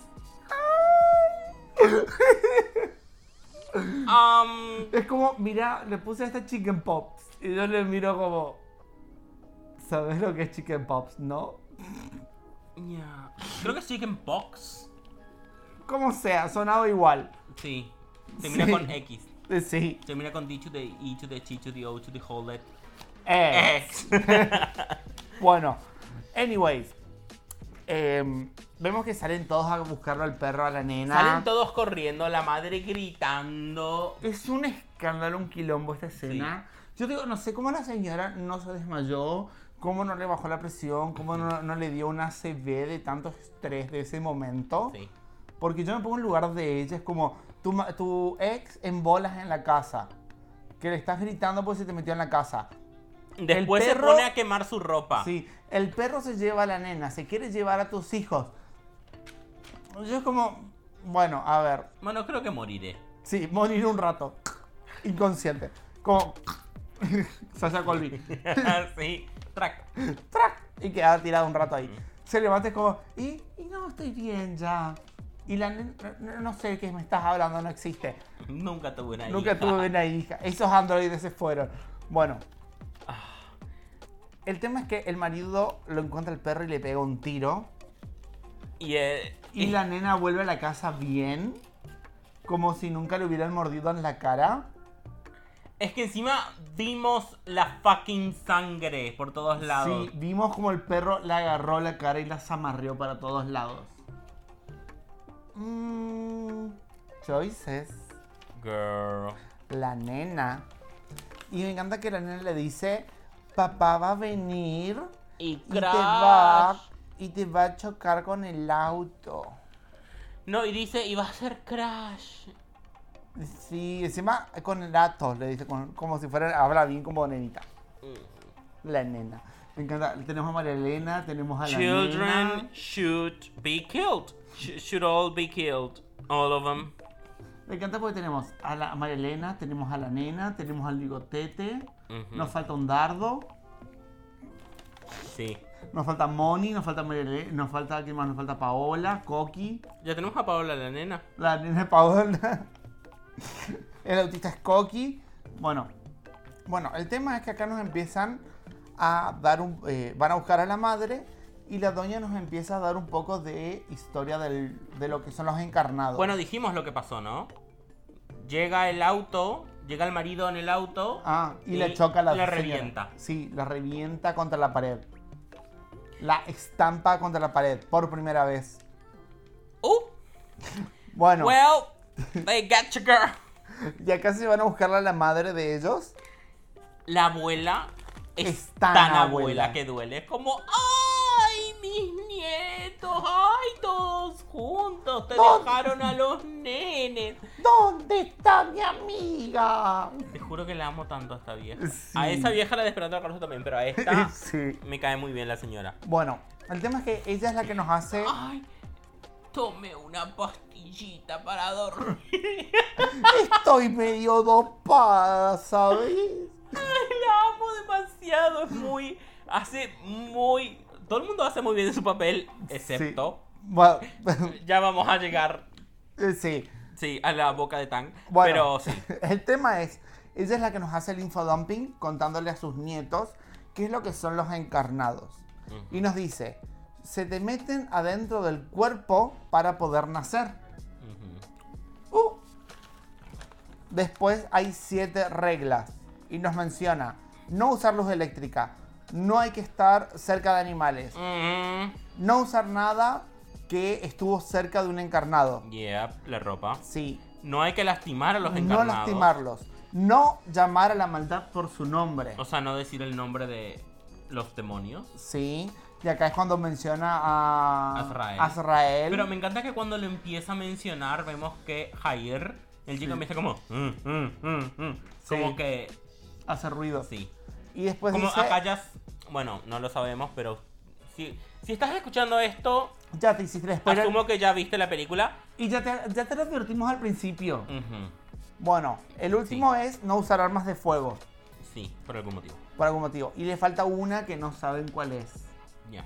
Speaker 2: um,
Speaker 1: Es como, mira, le puse a esta chicken pops. Y yo le miro como. ¿Sabes lo que es chicken pops, no?
Speaker 2: yeah. Creo que es chicken pox.
Speaker 1: Como sea, sonaba igual.
Speaker 2: Sí. Termina
Speaker 1: Sí.
Speaker 2: con X.
Speaker 1: Eh, Sí.
Speaker 2: Termina con D to the E to the T to the O to the whole let
Speaker 1: Eh,
Speaker 2: X.
Speaker 1: Bueno, anyways. em, vemos que salen todos a buscarlo al perro, a la nena.
Speaker 2: Salen todos corriendo, la madre gritando.
Speaker 1: Es un escándalo, un quilombo esta escena. Yo digo, no sé cómo la señora no se desmayó, cómo no le bajó la presión, cómo no, no le dio una ACV de tanto estrés de ese momento.
Speaker 2: Sí.
Speaker 1: Porque yo me pongo en lugar de ella, es como tu, ma- tu ex en bolas en la casa, que le estás gritando porque se te metió en la casa.
Speaker 2: Después
Speaker 1: perro-
Speaker 2: se pone a quemar su ropa.
Speaker 1: Sí, el perro se lleva a la nena, se quiere llevar a tus hijos. Yo es como, bueno, a ver,
Speaker 2: Bueno, creo que moriré.
Speaker 1: sí, morir un rato, inconsciente, como Sasha Colby,
Speaker 2: sí. Track.
Speaker 1: ¡Trac! y queda tirado un rato ahí. Se levanta y es como, y, y no, estoy bien ya. Y la nena, no, no sé de qué me estás hablando, no existe.
Speaker 2: Nunca tuve una
Speaker 1: Nunca
Speaker 2: hija.
Speaker 1: tuve una hija. Esos androides se fueron. Bueno. El tema es que el marido lo encuentra el perro y le pega un tiro.
Speaker 2: Y, eh,
Speaker 1: Y la nena vuelve a la casa bien. Como si nunca le hubieran mordido en la cara.
Speaker 2: Es que encima vimos la fucking sangre por todos lados.
Speaker 1: Sí, vimos como el perro le agarró la cara y la zamarreó para todos lados. Mm, choices.
Speaker 2: Girl.
Speaker 1: La nena. Y me encanta que la nena le dice, papá va a venir.
Speaker 2: Y
Speaker 1: y te va
Speaker 2: crash.
Speaker 1: y te va a chocar con el auto.
Speaker 2: No, y dice, y va a ser crash.
Speaker 1: Sí, encima con el auto, le dice, con- como si fuera, habla bien como nenita.
Speaker 2: Mm.
Speaker 1: La nena. Me encanta. Tenemos a María Elena, tenemos a la
Speaker 2: Children
Speaker 1: nena.
Speaker 2: should be killed. Sh- should all be killed. All of them.
Speaker 1: Me encanta porque tenemos a, la, a María Elena, tenemos a la nena, tenemos al bigotete,
Speaker 2: Ujú.
Speaker 1: nos falta un dardo,
Speaker 2: Sí.
Speaker 1: nos falta Moni, nos falta María Elena, nos falta, ¿quién más? Nos falta Paola, Coqui,
Speaker 2: Ya tenemos a Paola, la nena.
Speaker 1: la nena de Paola. El autista es Coqui. Bueno, bueno, el tema es que acá nos empiezan a dar un. eh, van a buscar a la madre y la doña nos empieza a dar un poco de historia del- de lo que son los encarnados.
Speaker 2: Bueno, dijimos lo que pasó, ¿no? Llega el auto, llega el marido en el auto.
Speaker 1: ah, y, le choca a la
Speaker 2: La
Speaker 1: señora.
Speaker 2: revienta.
Speaker 1: Sí, la revienta contra la pared. La estampa contra la pared por primera vez.
Speaker 2: Oh,
Speaker 1: Bueno,
Speaker 2: well, they got you, girl.
Speaker 1: y acá se van a buscar a la madre de ellos.
Speaker 2: La abuela es,
Speaker 1: Es
Speaker 2: tan,
Speaker 1: tan
Speaker 2: abuela.
Speaker 1: abuela.
Speaker 2: que duele. Es como, ¡ay, mis nietos! ¡Ay, todos juntos! ¡Te
Speaker 1: ¿Dónde?
Speaker 2: dejaron a los nenes!
Speaker 1: ¿Dónde está mi amiga?
Speaker 2: Te juro que la amo tanto a esta vieja.
Speaker 1: Sí.
Speaker 2: A esa vieja la de Esperando la Carroza también, pero a esta
Speaker 1: Sí.
Speaker 2: me cae muy bien la señora.
Speaker 1: Bueno, el tema es que ella es la que nos hace.
Speaker 2: Ay, tome una pastillita para dormir.
Speaker 1: Estoy medio dopada, ¿sabes?
Speaker 2: La amo demasiado, es muy. Hace muy. Todo el mundo hace muy bien su papel, excepto.
Speaker 1: Sí. Bueno,
Speaker 2: Ya vamos a llegar,
Speaker 1: sí.
Speaker 2: sí, a la boca de Tang.
Speaker 1: Bueno,
Speaker 2: Pero sí.
Speaker 1: el tema es, ella es la que nos hace el infodumping contándole a sus nietos qué es lo que son los encarnados. Y nos dice, se te meten adentro del cuerpo para poder nacer.
Speaker 2: Ujú.
Speaker 1: Uh, Después hay siete reglas y nos menciona no usar luz eléctrica, no hay que estar cerca de animales,
Speaker 2: Mm,
Speaker 1: no usar nada que estuvo cerca de un encarnado.
Speaker 2: yeah, la ropa.
Speaker 1: Sí,
Speaker 2: No hay que lastimar a los
Speaker 1: no
Speaker 2: encarnados.
Speaker 1: lastimarlos, no llamar a la maldad por su nombre.
Speaker 2: O sea, no decir el nombre de los demonios.
Speaker 1: Sí, y acá es cuando menciona a
Speaker 2: Azrael.
Speaker 1: Azrael.
Speaker 2: Pero me encanta que cuando lo empieza a mencionar, vemos que Jair, el chico, empieza como. "Mm, mm, mm, mm", Como
Speaker 1: Sí.
Speaker 2: que.
Speaker 1: hace ruido.
Speaker 2: Sí.
Speaker 1: Y después
Speaker 2: como
Speaker 1: dice,
Speaker 2: acá ya. s- Bueno, no lo sabemos, pero. Si, si estás escuchando esto,
Speaker 1: ya te hiciste el spoiler.
Speaker 2: asumo que ya viste la película.
Speaker 1: Y ya te, ya te lo advertimos al principio.
Speaker 2: Ujú,
Speaker 1: Bueno, el último es no usar armas de fuego,
Speaker 2: Sí, por algún motivo.
Speaker 1: por algún motivo. Y le falta una que no saben cuál es.
Speaker 2: Ya.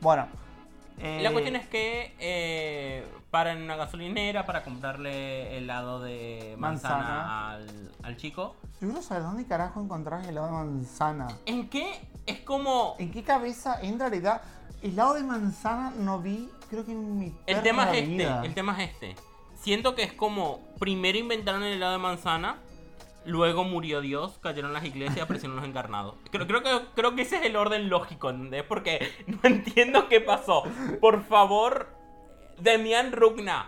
Speaker 1: Bueno. eh,
Speaker 2: La cuestión es que eh, paran en una gasolinera para comprarle helado de manzana, Al, al chico.
Speaker 1: Yo quiero saber dónde carajo encontrás helado de manzana.
Speaker 2: ¿En qué? Es como.
Speaker 1: ¿En qué cabeza entra la idea? Helado de manzana no vi, creo que en mi
Speaker 2: El
Speaker 1: perra
Speaker 2: tema es este,
Speaker 1: vida.
Speaker 2: el tema es este. Siento que es como, primero inventaron el helado de manzana, luego murió Dios, cayeron las iglesias y aparecieron los encarnados. Creo, creo, que, creo que ese es el orden lógico, ¿entendés? Porque no entiendo qué pasó. Por favor, Demian Rugna,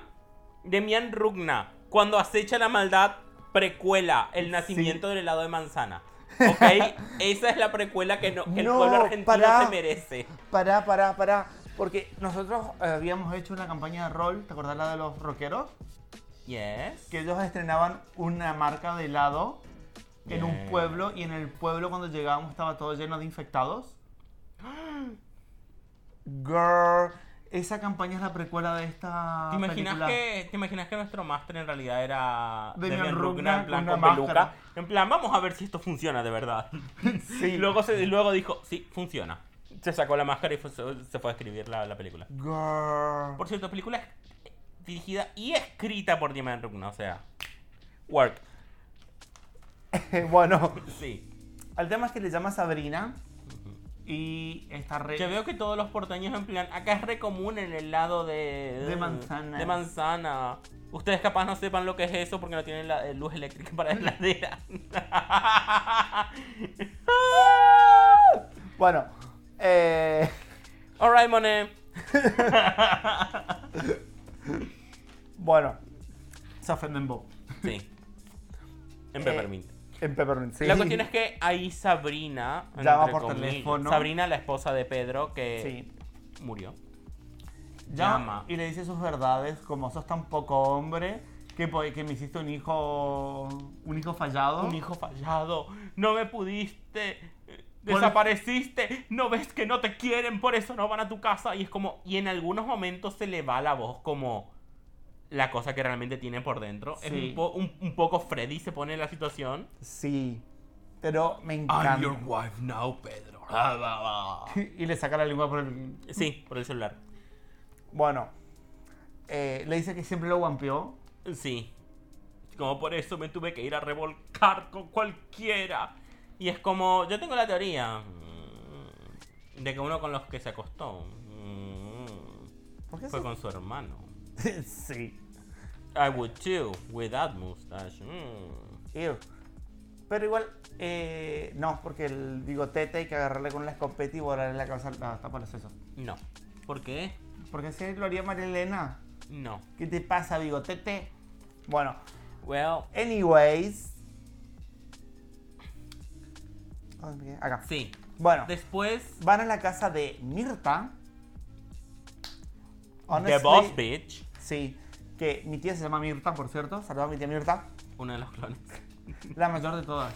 Speaker 2: Demian Rugna, cuando acecha la maldad, precuela el nacimiento del helado de manzana. ¿Ok? Esa es la precuela que, no, que el
Speaker 1: No,
Speaker 2: pueblo argentino
Speaker 1: pará.
Speaker 2: se merece.
Speaker 1: Pará, pará, pará. Porque nosotros habíamos hecho una campaña de rol, ¿te acordás la de los rockeros?
Speaker 2: Yes.
Speaker 1: Que ellos estrenaban una marca de helado en un
Speaker 2: Bien.
Speaker 1: pueblo y en el pueblo cuando llegábamos estaba todo lleno de infectados. Girl, esa campaña es la precuela de esta
Speaker 2: ¿Te imaginas,
Speaker 1: Ah, película.
Speaker 2: que, ¿Te imaginas que nuestro máster en realidad era
Speaker 1: Demian
Speaker 2: Demian,
Speaker 1: Rugna
Speaker 2: Rugna, en
Speaker 1: con
Speaker 2: plan
Speaker 1: una
Speaker 2: con
Speaker 1: máscara?
Speaker 2: peluca? En plan, vamos a ver si esto funciona de verdad.
Speaker 1: Sí.
Speaker 2: Y luego, se, y luego dijo, sí, funciona. Se sacó la máscara y fue- se fue a escribir la, la película.
Speaker 1: Girl.
Speaker 2: Por cierto, película es- dirigida y escrita por Demian Rugna, o sea, work.
Speaker 1: bueno,
Speaker 2: Sí.
Speaker 1: el tema es que le llama Sabrina y está re...
Speaker 2: Yo veo que todos los porteños en plan, acá es re común el helado de...
Speaker 1: De manzana.
Speaker 2: De manzana. Ustedes capaz no sepan lo que es eso porque no tienen la eh, luz eléctrica para heladera.
Speaker 1: Bueno, eh...
Speaker 2: Alright, Monet.
Speaker 1: Bueno, se ofenden vos.
Speaker 2: Sí. En
Speaker 1: Eh,
Speaker 2: Peppermint.
Speaker 1: En Peppermint, sí.
Speaker 2: La cuestión es que ahí Sabrina.
Speaker 1: Llama
Speaker 2: entre
Speaker 1: por teléfono.
Speaker 2: Sabrina, la esposa de Pedro, que
Speaker 1: Sí.
Speaker 2: murió.
Speaker 1: Llama
Speaker 2: Llama.
Speaker 1: y le dice sus verdades, como sos tan poco hombre que, po- que me hiciste un hijo un hijo fallado.
Speaker 2: Un hijo fallado. No me pudiste. eh,
Speaker 1: Por-
Speaker 2: Desapareciste, no ves que no te quieren, por eso no van a tu casa. Y es como, y en algunos momentos se le va la voz como la cosa que realmente tiene por dentro. Es
Speaker 1: Sí.
Speaker 2: un, po- un- un poco Freddy se pone en la situación.
Speaker 1: Sí, pero me encanta.
Speaker 2: wife now, Pedro. Ah,
Speaker 1: y le saca la lengua por el...
Speaker 2: Sí, por el celular.
Speaker 1: Bueno, eh, le dice que siempre lo guampeó.
Speaker 2: Sí. Como por eso me tuve que ir a revolcar con cualquiera. Y es como, yo tengo la teoría mm, de que uno con los que se acostó mm,
Speaker 1: ¿Por qué
Speaker 2: fue
Speaker 1: se-
Speaker 2: con su hermano.
Speaker 1: sí.
Speaker 2: I would too, with that mustache. mm.
Speaker 1: Ew. Pero igual, eh, no, porque el bigotete hay que agarrarle con la escopeta y volarle la cabeza hasta por los sesos.
Speaker 2: No. ¿Por qué?
Speaker 1: Porque si lo haría María Elena.
Speaker 2: No.
Speaker 1: ¿Qué te pasa, bigotete? Bueno,
Speaker 2: Well,
Speaker 1: anyways. Ok, Acá.
Speaker 2: sí.
Speaker 1: Bueno,
Speaker 2: Después,
Speaker 1: van a la casa de Mirta.
Speaker 2: The
Speaker 1: Honestly,
Speaker 2: Boss Bitch,
Speaker 1: Sí, que mi tía se llama Mirta, por cierto. Saluda a mi tía Mirta,
Speaker 2: uno de los clones.
Speaker 1: la mayor de todas.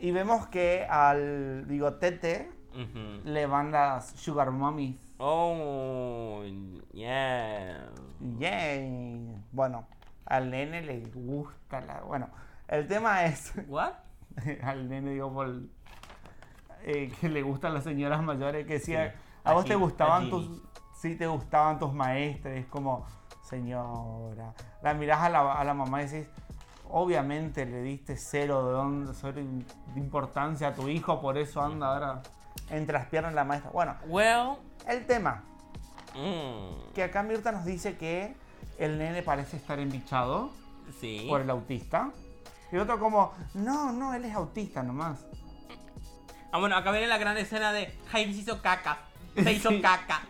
Speaker 1: y vemos que al bigotete
Speaker 2: Ujú.
Speaker 1: le van las Sugar Mommies.
Speaker 2: Oh, yeah.
Speaker 1: Yay. Bueno, al nene le gusta la. Bueno, el tema es.
Speaker 2: What?
Speaker 1: al nene, digo, por. eh, que le gustan las señoras mayores. Que si a,
Speaker 2: Sí,
Speaker 1: a vos
Speaker 2: a
Speaker 1: te
Speaker 2: Jimmy,
Speaker 1: gustaban
Speaker 2: a
Speaker 1: tus.
Speaker 2: Jimmy.
Speaker 1: Sí, te gustaban tus maestras. Es como, señora. La mirás a la, a la mamá y decís. Obviamente le diste cero de, dónde- cero in- de importancia a tu hijo, por eso anda ahora entre las piernas de la maestra. Bueno,
Speaker 2: Well,
Speaker 1: el tema
Speaker 2: mm.
Speaker 1: que acá Mirta nos dice que el nene parece estar embichado
Speaker 2: Sí.
Speaker 1: por el autista. Y otro como, no, no, él es autista nomás.
Speaker 2: Ah, bueno, acá viene la gran escena de Jaime se hizo caca. Se hizo
Speaker 1: Sí.
Speaker 2: caca.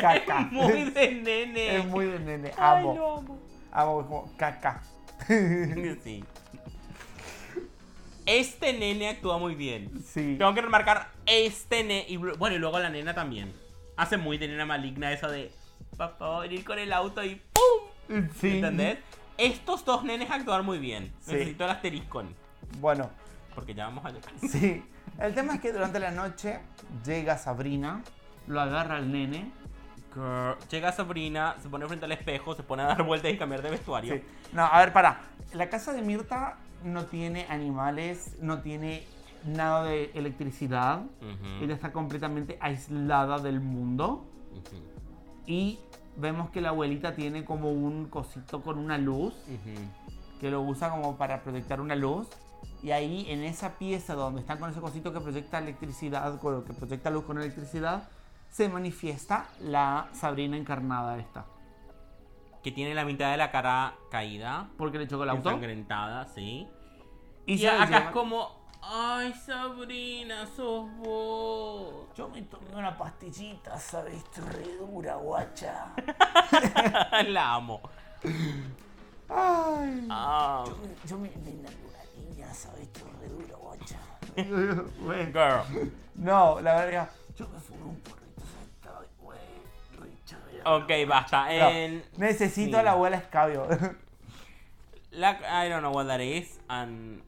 Speaker 1: Caca.
Speaker 2: Es muy de nene.
Speaker 1: Es muy de nene.
Speaker 2: Ay,
Speaker 1: Amo.
Speaker 2: lo amo.
Speaker 1: Amo es como caca.
Speaker 2: Sí. Este nene actúa muy bien.
Speaker 1: Sí.
Speaker 2: Tengo que remarcar este nene. Y, br- bueno, y luego la nena también. Hace muy de nena maligna esa de. Papá va a venir con el auto y ¡pum!
Speaker 1: Sí.
Speaker 2: ¿Entendés? Estos dos nenes actúan muy bien.
Speaker 1: Sí.
Speaker 2: Necesito el asteriscón.
Speaker 1: Bueno,
Speaker 2: Porque ya vamos a llegar.
Speaker 1: sí. El tema es que durante la noche llega Sabrina, lo agarra al nene.
Speaker 2: Girl. Llega Sabrina, se pone frente al espejo, se pone a dar vueltas y cambiar de vestuario.
Speaker 1: Sí. No, a ver, para. La casa de Mirta no tiene animales, no tiene nada de electricidad.
Speaker 2: Ujú,
Speaker 1: Ella está completamente aislada del mundo.
Speaker 2: ujú,
Speaker 1: Y vemos que la abuelita tiene como un cosito con una luz,
Speaker 2: ujú.
Speaker 1: que lo usa como para proyectar una luz. Y ahí en esa pieza donde están con ese cosito que proyecta electricidad, con lo que proyecta luz con electricidad, se manifiesta la Sabrina encarnada esta.
Speaker 2: Que tiene la mitad de la cara caída.
Speaker 1: Porque le chocó el auto.
Speaker 2: Ensangrentada, sí.
Speaker 1: Y,
Speaker 2: Y,
Speaker 1: se la
Speaker 2: acá
Speaker 1: lleva-
Speaker 2: es como. Ay, Sabrina, sos vos.
Speaker 3: Yo me tomé una pastillita, ¿sabes? Re dura, guacha.
Speaker 2: la amo.
Speaker 1: Ay.
Speaker 2: Ah,
Speaker 3: Yo me, yo me, me enamoré, niña, ¿sabes? Re dura, guacha.
Speaker 1: Bueno,
Speaker 2: Girl.
Speaker 1: no, la verga.
Speaker 3: Yo me fumé un porrito, ¿sabes? Estaba, güey, Richard. era-
Speaker 2: Ok, basta.
Speaker 1: No.
Speaker 2: En.
Speaker 1: Necesito
Speaker 2: sí.
Speaker 1: a la abuela escabio.
Speaker 2: La, I don't know what that is. And.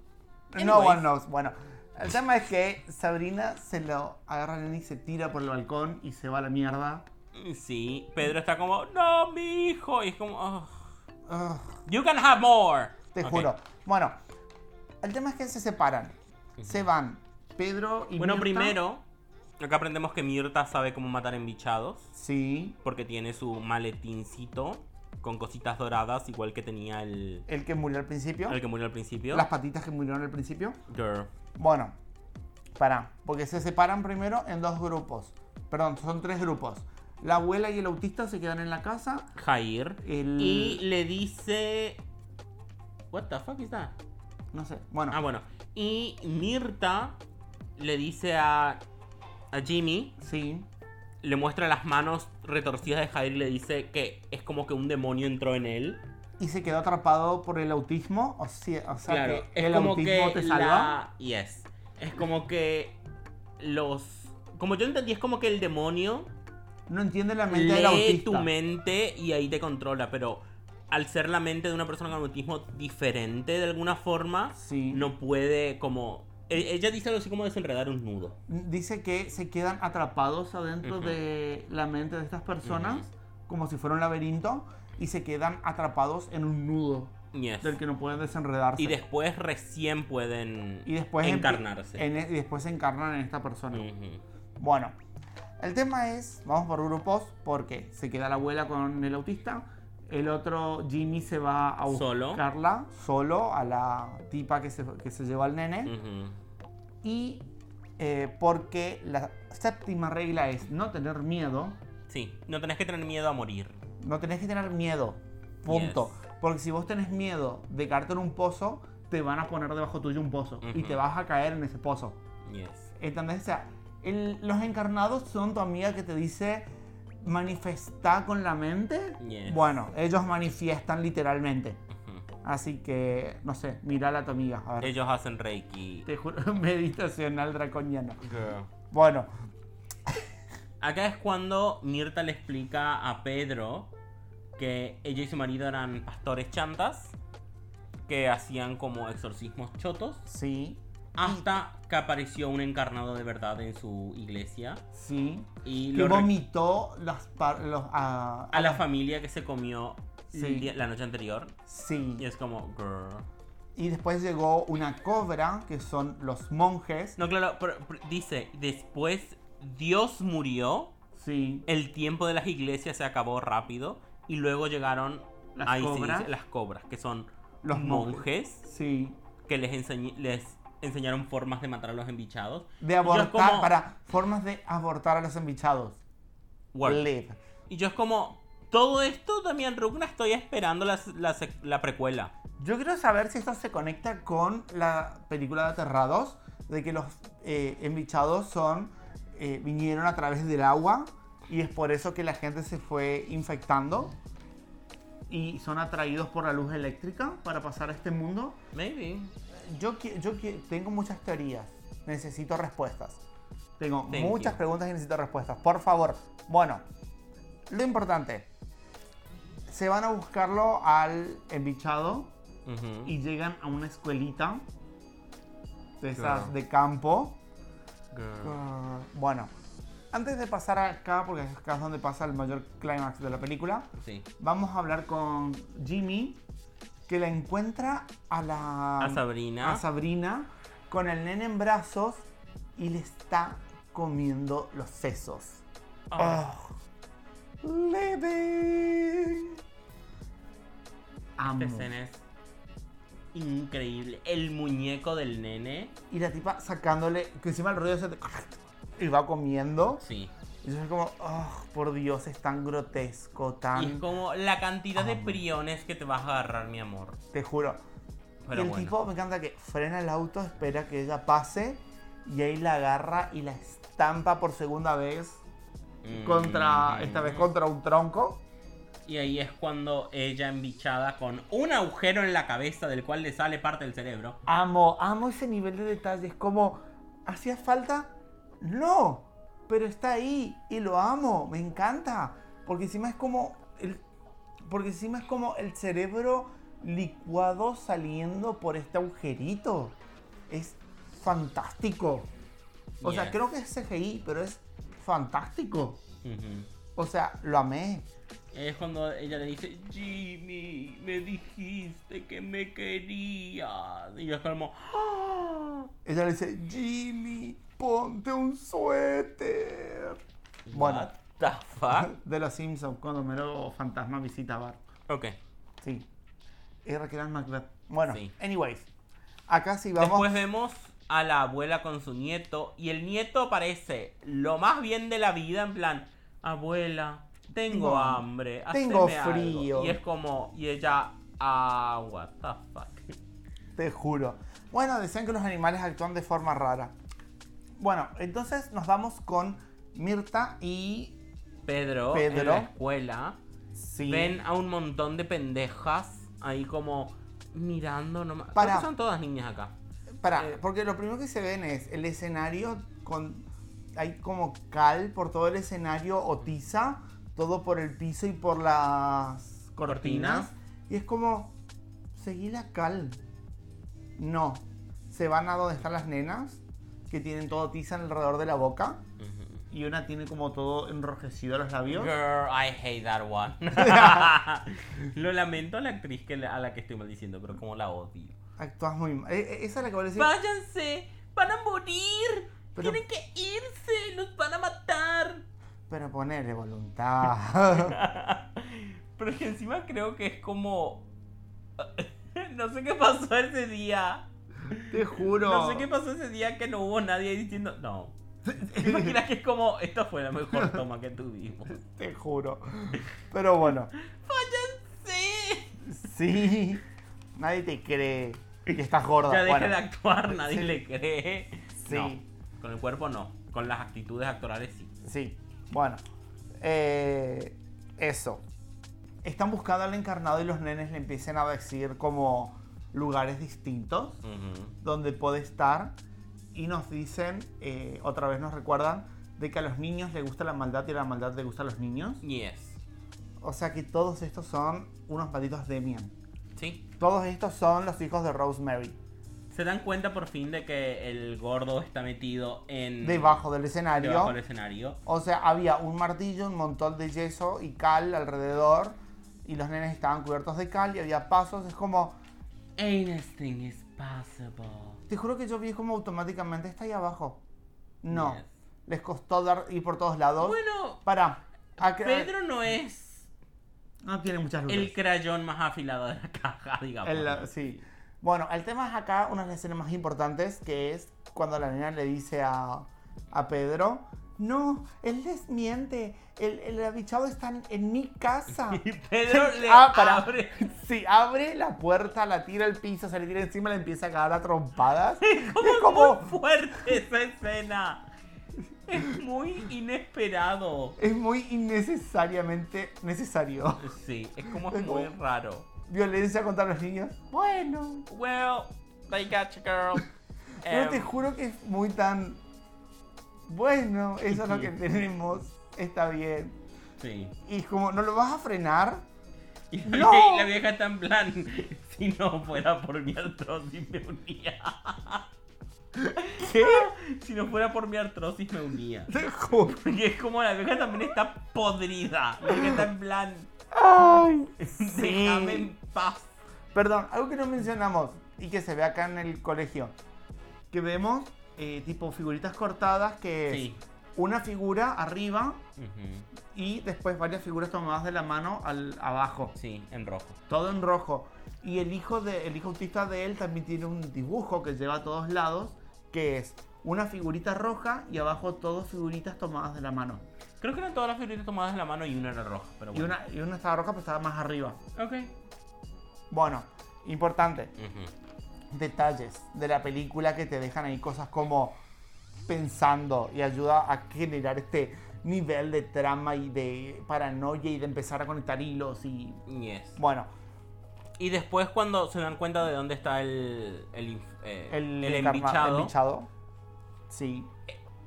Speaker 1: No
Speaker 2: Anyways.
Speaker 1: one knows. Bueno, el tema es que Sabrina se lo agarra al nene y se tira por el balcón y se va a la mierda.
Speaker 2: Sí, Pedro está como. No, mi hijo. Y es como. "Ugh,
Speaker 1: Ugh,
Speaker 2: You can have more.
Speaker 1: te
Speaker 2: Ok.
Speaker 1: juro. Bueno, el tema es que se separan. Se van Pedro y
Speaker 2: Bueno,
Speaker 1: Mirta.
Speaker 2: primero, acá aprendemos que Mirta sabe cómo matar embichados.
Speaker 1: Sí,
Speaker 2: Porque tiene su maletincito con cositas doradas, igual que tenía el,
Speaker 1: el que murió al principio.
Speaker 2: el que murió al principio.
Speaker 1: Las patitas que murieron al principio.
Speaker 2: Girl.
Speaker 1: Bueno, para, porque se separan primero en dos grupos. Perdón, son tres grupos. La abuela y el autista se quedan en la casa.
Speaker 2: Jair.
Speaker 1: El-
Speaker 2: Y le dice. What the fuck is that?
Speaker 1: No sé. Bueno,
Speaker 2: Ah, bueno. Y Mirta le dice a. A Jimmy.
Speaker 1: sí.
Speaker 2: Le muestra las manos retorcidas de Jair y le dice que es como que un demonio entró en él.
Speaker 1: Y se quedó atrapado por el autismo. O sea, o sea
Speaker 2: claro,
Speaker 1: que
Speaker 2: es
Speaker 1: el
Speaker 2: como
Speaker 1: autismo
Speaker 2: que
Speaker 1: te salva.
Speaker 2: la- Yes. Es como que los... Como yo entendí, es como que el demonio
Speaker 1: No entiende la mente del
Speaker 2: lee
Speaker 1: autista.
Speaker 2: tu mente y ahí te controla, pero al ser la mente de una persona con autismo diferente de alguna forma,
Speaker 1: Sí.
Speaker 2: no puede como... e- Ella dice algo así como desenredar un nudo.
Speaker 1: Dice que se quedan atrapados adentro
Speaker 2: Ujú.
Speaker 1: de la mente de estas personas, como si fuera un laberinto, y se quedan atrapados en un nudo
Speaker 2: Yes.
Speaker 1: del que no pueden desenredarse.
Speaker 2: Y después recién pueden
Speaker 1: Y después empie-
Speaker 2: encarnarse.
Speaker 1: en- e- y después se encarnan en esta persona.
Speaker 2: Ujú.
Speaker 1: Bueno, el tema es, vamos por grupos, porque se queda la abuela con el autista, el otro Jimmy se va a
Speaker 2: Solo.
Speaker 1: buscarla solo a la tipa que se, que se llevó al nene,
Speaker 2: Ujú.
Speaker 1: y eh, porque la séptima regla es no tener miedo,
Speaker 2: Sí, no tenés que tener miedo a morir.
Speaker 1: no tenés que tener miedo, punto. Porque si vos tenés miedo de caerte en un pozo, te van a poner debajo tuyo un pozo y
Speaker 2: Ujú.
Speaker 1: te vas a caer en ese pozo.
Speaker 2: Yes.
Speaker 1: ¿Entendés? O sea, el- los encarnados son tu amiga que te dice manifestar con la mente.
Speaker 2: Yes.
Speaker 1: Bueno, ellos manifiestan literalmente.
Speaker 2: Ujú.
Speaker 1: Así que, no sé, mirala a tu amiga. A ver,
Speaker 2: Ellos hacen reiki.
Speaker 1: te juro, meditacional draconiano. Bueno,
Speaker 2: Acá es cuando Mirta le explica a Pedro que ella y su marido eran pastores chantas que hacían como exorcismos chotos
Speaker 1: sí,
Speaker 2: hasta que apareció un encarnado de verdad en su iglesia
Speaker 1: sí.
Speaker 2: y
Speaker 1: Que
Speaker 2: lo re-
Speaker 1: vomitó las par- los, ah,
Speaker 2: a la familia que se comió el
Speaker 1: Sí.
Speaker 2: día- la noche anterior
Speaker 1: Sí.
Speaker 2: y es como girl.
Speaker 1: Y después llegó una cobra, que son los monjes.
Speaker 2: No, claro, pero- pero dice, después Dios murió
Speaker 1: Sí.
Speaker 2: el tiempo de las iglesias se acabó rápido y luego llegaron
Speaker 1: Las
Speaker 2: ahí se
Speaker 1: cobras.
Speaker 2: dice, las cobras, que son
Speaker 1: Los
Speaker 2: los monjes,
Speaker 1: Sí.
Speaker 2: que les, enseñ- les enseñaron formas de matar a los embichados.
Speaker 1: De
Speaker 2: Y yo es
Speaker 1: abortar,
Speaker 2: como-
Speaker 1: para formas de abortar a los embichados.
Speaker 2: Word.
Speaker 1: Live.
Speaker 2: Y yo es como, Todo esto, Damián Rugna, estoy esperando la, la sec- la precuela.
Speaker 1: Yo quiero saber si esto se conecta con la película de Aterrados, de que los eh, embichados son, eh, vinieron a través del agua y es por eso que la gente se fue infectando y son atraídos por la luz eléctrica para pasar a este mundo.
Speaker 2: Maybe.
Speaker 1: Yo, qui- yo qui- tengo muchas teorías, necesito respuestas. Tengo
Speaker 2: Thank
Speaker 1: muchas
Speaker 2: you.
Speaker 1: preguntas y necesito respuestas. Por favor, bueno, lo importante, se van a buscarlo al embichado
Speaker 2: Ujú.
Speaker 1: y llegan a una escuelita de esas
Speaker 2: Claro. Ah.
Speaker 1: de campo. Ah,
Speaker 2: Girl.
Speaker 1: Bueno, antes de pasar acá, porque acá es donde pasa el mayor clímax de la película,
Speaker 2: Sí.
Speaker 1: vamos a hablar con Jimmy, que la encuentra a la.
Speaker 2: A Sabrina.
Speaker 1: Ah, a Sabrina, con el nene en brazos y le está comiendo los sesos.
Speaker 2: Ah.
Speaker 1: Oh. Living. Amo.
Speaker 2: Esta escena es increíble. El muñeco del nene.
Speaker 1: Y la tipa sacándole, que encima el ruido se y va comiendo.
Speaker 2: Sí.
Speaker 1: Y yo soy como, oh, por Dios, es tan grotesco, tan.
Speaker 2: Y es como la cantidad
Speaker 1: Ah.
Speaker 2: de priones que te vas a agarrar, mi amor.
Speaker 1: Te juro.
Speaker 2: Pero
Speaker 1: y el
Speaker 2: bueno.
Speaker 1: tipo me encanta que frena el auto, espera que ella pase y ahí la agarra y la estampa por segunda vez
Speaker 2: Mm.
Speaker 1: contra, esta vez contra un tronco.
Speaker 2: Y ahí es cuando ella embichada con un agujero en la cabeza del cual le sale parte del cerebro.
Speaker 1: Amo, amo ese nivel de detalles, como, ¿hacía falta? No, pero está ahí y lo amo, me encanta, porque encima es como el, porque encima es como el cerebro licuado saliendo por este agujerito. Es fantástico. O sea,
Speaker 2: Yes.
Speaker 1: creo que es CGI, pero es fantástico.
Speaker 2: Ujú.
Speaker 1: O sea, lo amé.
Speaker 2: Es cuando ella le dice, Jimmy, me dijiste que me querías. Y yo es como, "Ah".
Speaker 1: Ella le dice, Jimmy, ponte un suéter. Bueno.
Speaker 2: What ¿Ah? the fuck?
Speaker 1: De los Simpsons, cuando Homero Fantasma visita Bar.
Speaker 2: Ok.
Speaker 1: Sí. R. Kenan Macbeth. Bueno,
Speaker 2: Sí.
Speaker 1: anyways. Acá sí vamos.
Speaker 2: Después vemos a la abuela con su nieto y el nieto parece lo más bien de la vida, en plan, abuela, tengo
Speaker 1: Tengo-
Speaker 2: hambre,
Speaker 1: tengo
Speaker 2: haceme algo".
Speaker 1: frío.
Speaker 2: Y es como, y ella, ah, what the fuck.
Speaker 1: Te juro. Bueno, decían que los animales actúan de forma rara. Bueno, entonces nos vamos con Mirta y.
Speaker 2: Pedro, en
Speaker 1: Pedro.
Speaker 2: la escuela
Speaker 1: Sí.
Speaker 2: ven a un montón de pendejas ahí como mirando nomás.
Speaker 1: Para.
Speaker 2: Creo que son todas niñas acá.
Speaker 1: Pará,
Speaker 2: eh.
Speaker 1: porque lo primero que se ven es el escenario con. Hay como cal por todo el escenario o tiza, todo por el piso y por las cortinas.
Speaker 2: Cortinas.
Speaker 1: Y es como. Seguí la cal. No. Se van a donde están las nenas, que tienen todo tiza alrededor de la boca. Y una tiene como todo enrojecido los labios.
Speaker 2: Girl, I hate that one. Lo lamento a la actriz que, a la que estoy maldiciendo, pero como la odio.
Speaker 1: Actúas muy mal. Eh, eh, Esa es la que voy a decir.
Speaker 2: Váyanse, van a morir.
Speaker 1: Pero-
Speaker 2: Tienen que irse, los van a matar.
Speaker 1: Pero ponerle voluntad.
Speaker 2: Pero que encima creo que es como... no sé qué pasó ese día.
Speaker 1: Te juro.
Speaker 2: No sé qué pasó ese día que no hubo nadie diciendo... No. ¿Te imaginas que es como... Esta fue la mejor toma que tuvimos.
Speaker 1: Te juro. Pero bueno.
Speaker 2: Sí.
Speaker 1: Sí, nadie te cree que estás gorda.
Speaker 2: Ya deje
Speaker 1: Ah, Bueno,
Speaker 2: de actuar, nadie
Speaker 1: sí.
Speaker 2: le cree.
Speaker 1: Sí.
Speaker 2: No, con el cuerpo no. Con las actitudes actorales sí.
Speaker 1: Sí, bueno. eh, eso. Están buscando al encarnado y los nenes le empiezan a decir como lugares distintos donde puede estar. Y nos dicen, eh, otra vez nos recuerdan, de que a los niños les gusta la maldad y a la maldad le gusta a los niños.
Speaker 2: Yes.
Speaker 1: O sea que todos estos son unos malditos Demian.
Speaker 2: Sí.
Speaker 1: Todos estos son los hijos de Rosemary.
Speaker 2: Se dan cuenta por fin de que el gordo está metido en...
Speaker 1: Debajo del escenario.
Speaker 2: Mm. debajo del escenario.
Speaker 1: O sea, había un martillo, un montón de yeso y cal alrededor. Y los nenes estaban cubiertos de cal y había pasos. Es como,
Speaker 2: Anything is possible.
Speaker 1: te juro que yo vi como automáticamente está ahí abajo. No.
Speaker 2: Yes.
Speaker 1: Les costó dar, ir por todos lados.
Speaker 2: Bueno,
Speaker 1: Para.
Speaker 2: Pedro no es
Speaker 1: no tiene muchas
Speaker 2: el crayón más afilado de la caja, digamos.
Speaker 1: sí. Bueno, el tema es acá una de las escenas más importantes que es cuando la nena le dice a, a Pedro no, él les miente, el, el abichado está en, en mi casa.
Speaker 2: Y Pedro le
Speaker 1: Ah, para.
Speaker 2: abre.
Speaker 1: Sí, abre la puerta, la tira al piso, se le tira encima, le empieza a cagar a trompadas. Y es como,
Speaker 2: Muy fuerte esa escena. Es muy inesperado.
Speaker 1: es muy innecesariamente necesario.
Speaker 2: Sí, es como es muy raro.
Speaker 1: Violencia contra los niños. Bueno,
Speaker 2: Well, they got you, girl.
Speaker 1: pero te
Speaker 2: Em,
Speaker 1: juro que es muy tan... Bueno, eso es lo que tenemos, está bien.
Speaker 2: sí.
Speaker 1: Y es como, ¿no lo vas a frenar?
Speaker 2: Y la,
Speaker 1: ¡No!
Speaker 2: vie- la vieja está en plan, si no fuera por mi artrosis me unía.
Speaker 1: ¿Qué?
Speaker 2: Si no fuera por mi artrosis me unía.
Speaker 1: Te juro.
Speaker 2: Porque es como la vieja también está podrida. La vieja está en plan,
Speaker 1: Ay,
Speaker 2: déjame en paz.
Speaker 1: Perdón, algo que no mencionamos y que se ve acá en el colegio. Que vemos eh, tipo figuritas cortadas que es
Speaker 2: Sí.
Speaker 1: una figura arriba
Speaker 2: Ujú.
Speaker 1: y después varias figuras tomadas de la mano al, abajo.
Speaker 2: Sí, en rojo.
Speaker 1: Todo en rojo. Y el hijo, de, el hijo autista de él también tiene un dibujo que lleva a todos lados que es una figurita roja y abajo todas figuritas tomadas de la mano.
Speaker 2: Creo que eran todas las figuritas tomadas en la mano y una era roja, pero
Speaker 1: Y
Speaker 2: bueno.
Speaker 1: una, y una estaba roja pero estaba más arriba.
Speaker 2: Ok.
Speaker 1: Bueno, importante.
Speaker 2: Ujú.
Speaker 1: detalles de la película que te dejan ahí cosas como pensando y ayuda a generar este nivel de trama y de paranoia y de empezar a conectar hilos y
Speaker 2: Yes.
Speaker 1: bueno,
Speaker 2: Y después cuando se dan cuenta de dónde está el, el, inf- eh,
Speaker 1: el,
Speaker 2: el
Speaker 1: karma-
Speaker 2: embichado,
Speaker 1: el bichado. Sí.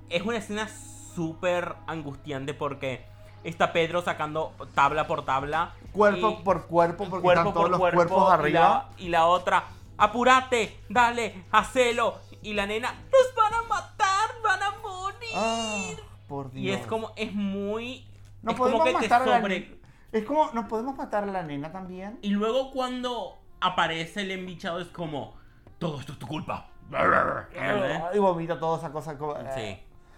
Speaker 2: es una escena súper angustiante porque está Pedro sacando tabla por tabla.
Speaker 1: Cuerpo
Speaker 2: y-
Speaker 1: por cuerpo porque
Speaker 2: cuerpo
Speaker 1: están todos
Speaker 2: por
Speaker 1: los
Speaker 2: cuerpo,
Speaker 1: cuerpos arriba.
Speaker 2: Y la, y la otra, apúrate, dale, hacelo. Y la nena, nos van a matar, van a morir.
Speaker 1: Ah, por Dios.
Speaker 2: y es como, es muy...
Speaker 1: no
Speaker 2: es como
Speaker 1: podemos
Speaker 2: que te
Speaker 1: matar a la
Speaker 2: sobre-
Speaker 1: nena. Es como nos podemos matar a la nena también.
Speaker 2: Y luego cuando aparece el embichado es como, todo esto es tu culpa.
Speaker 1: Y vomita toda esa cosa como-
Speaker 2: eh,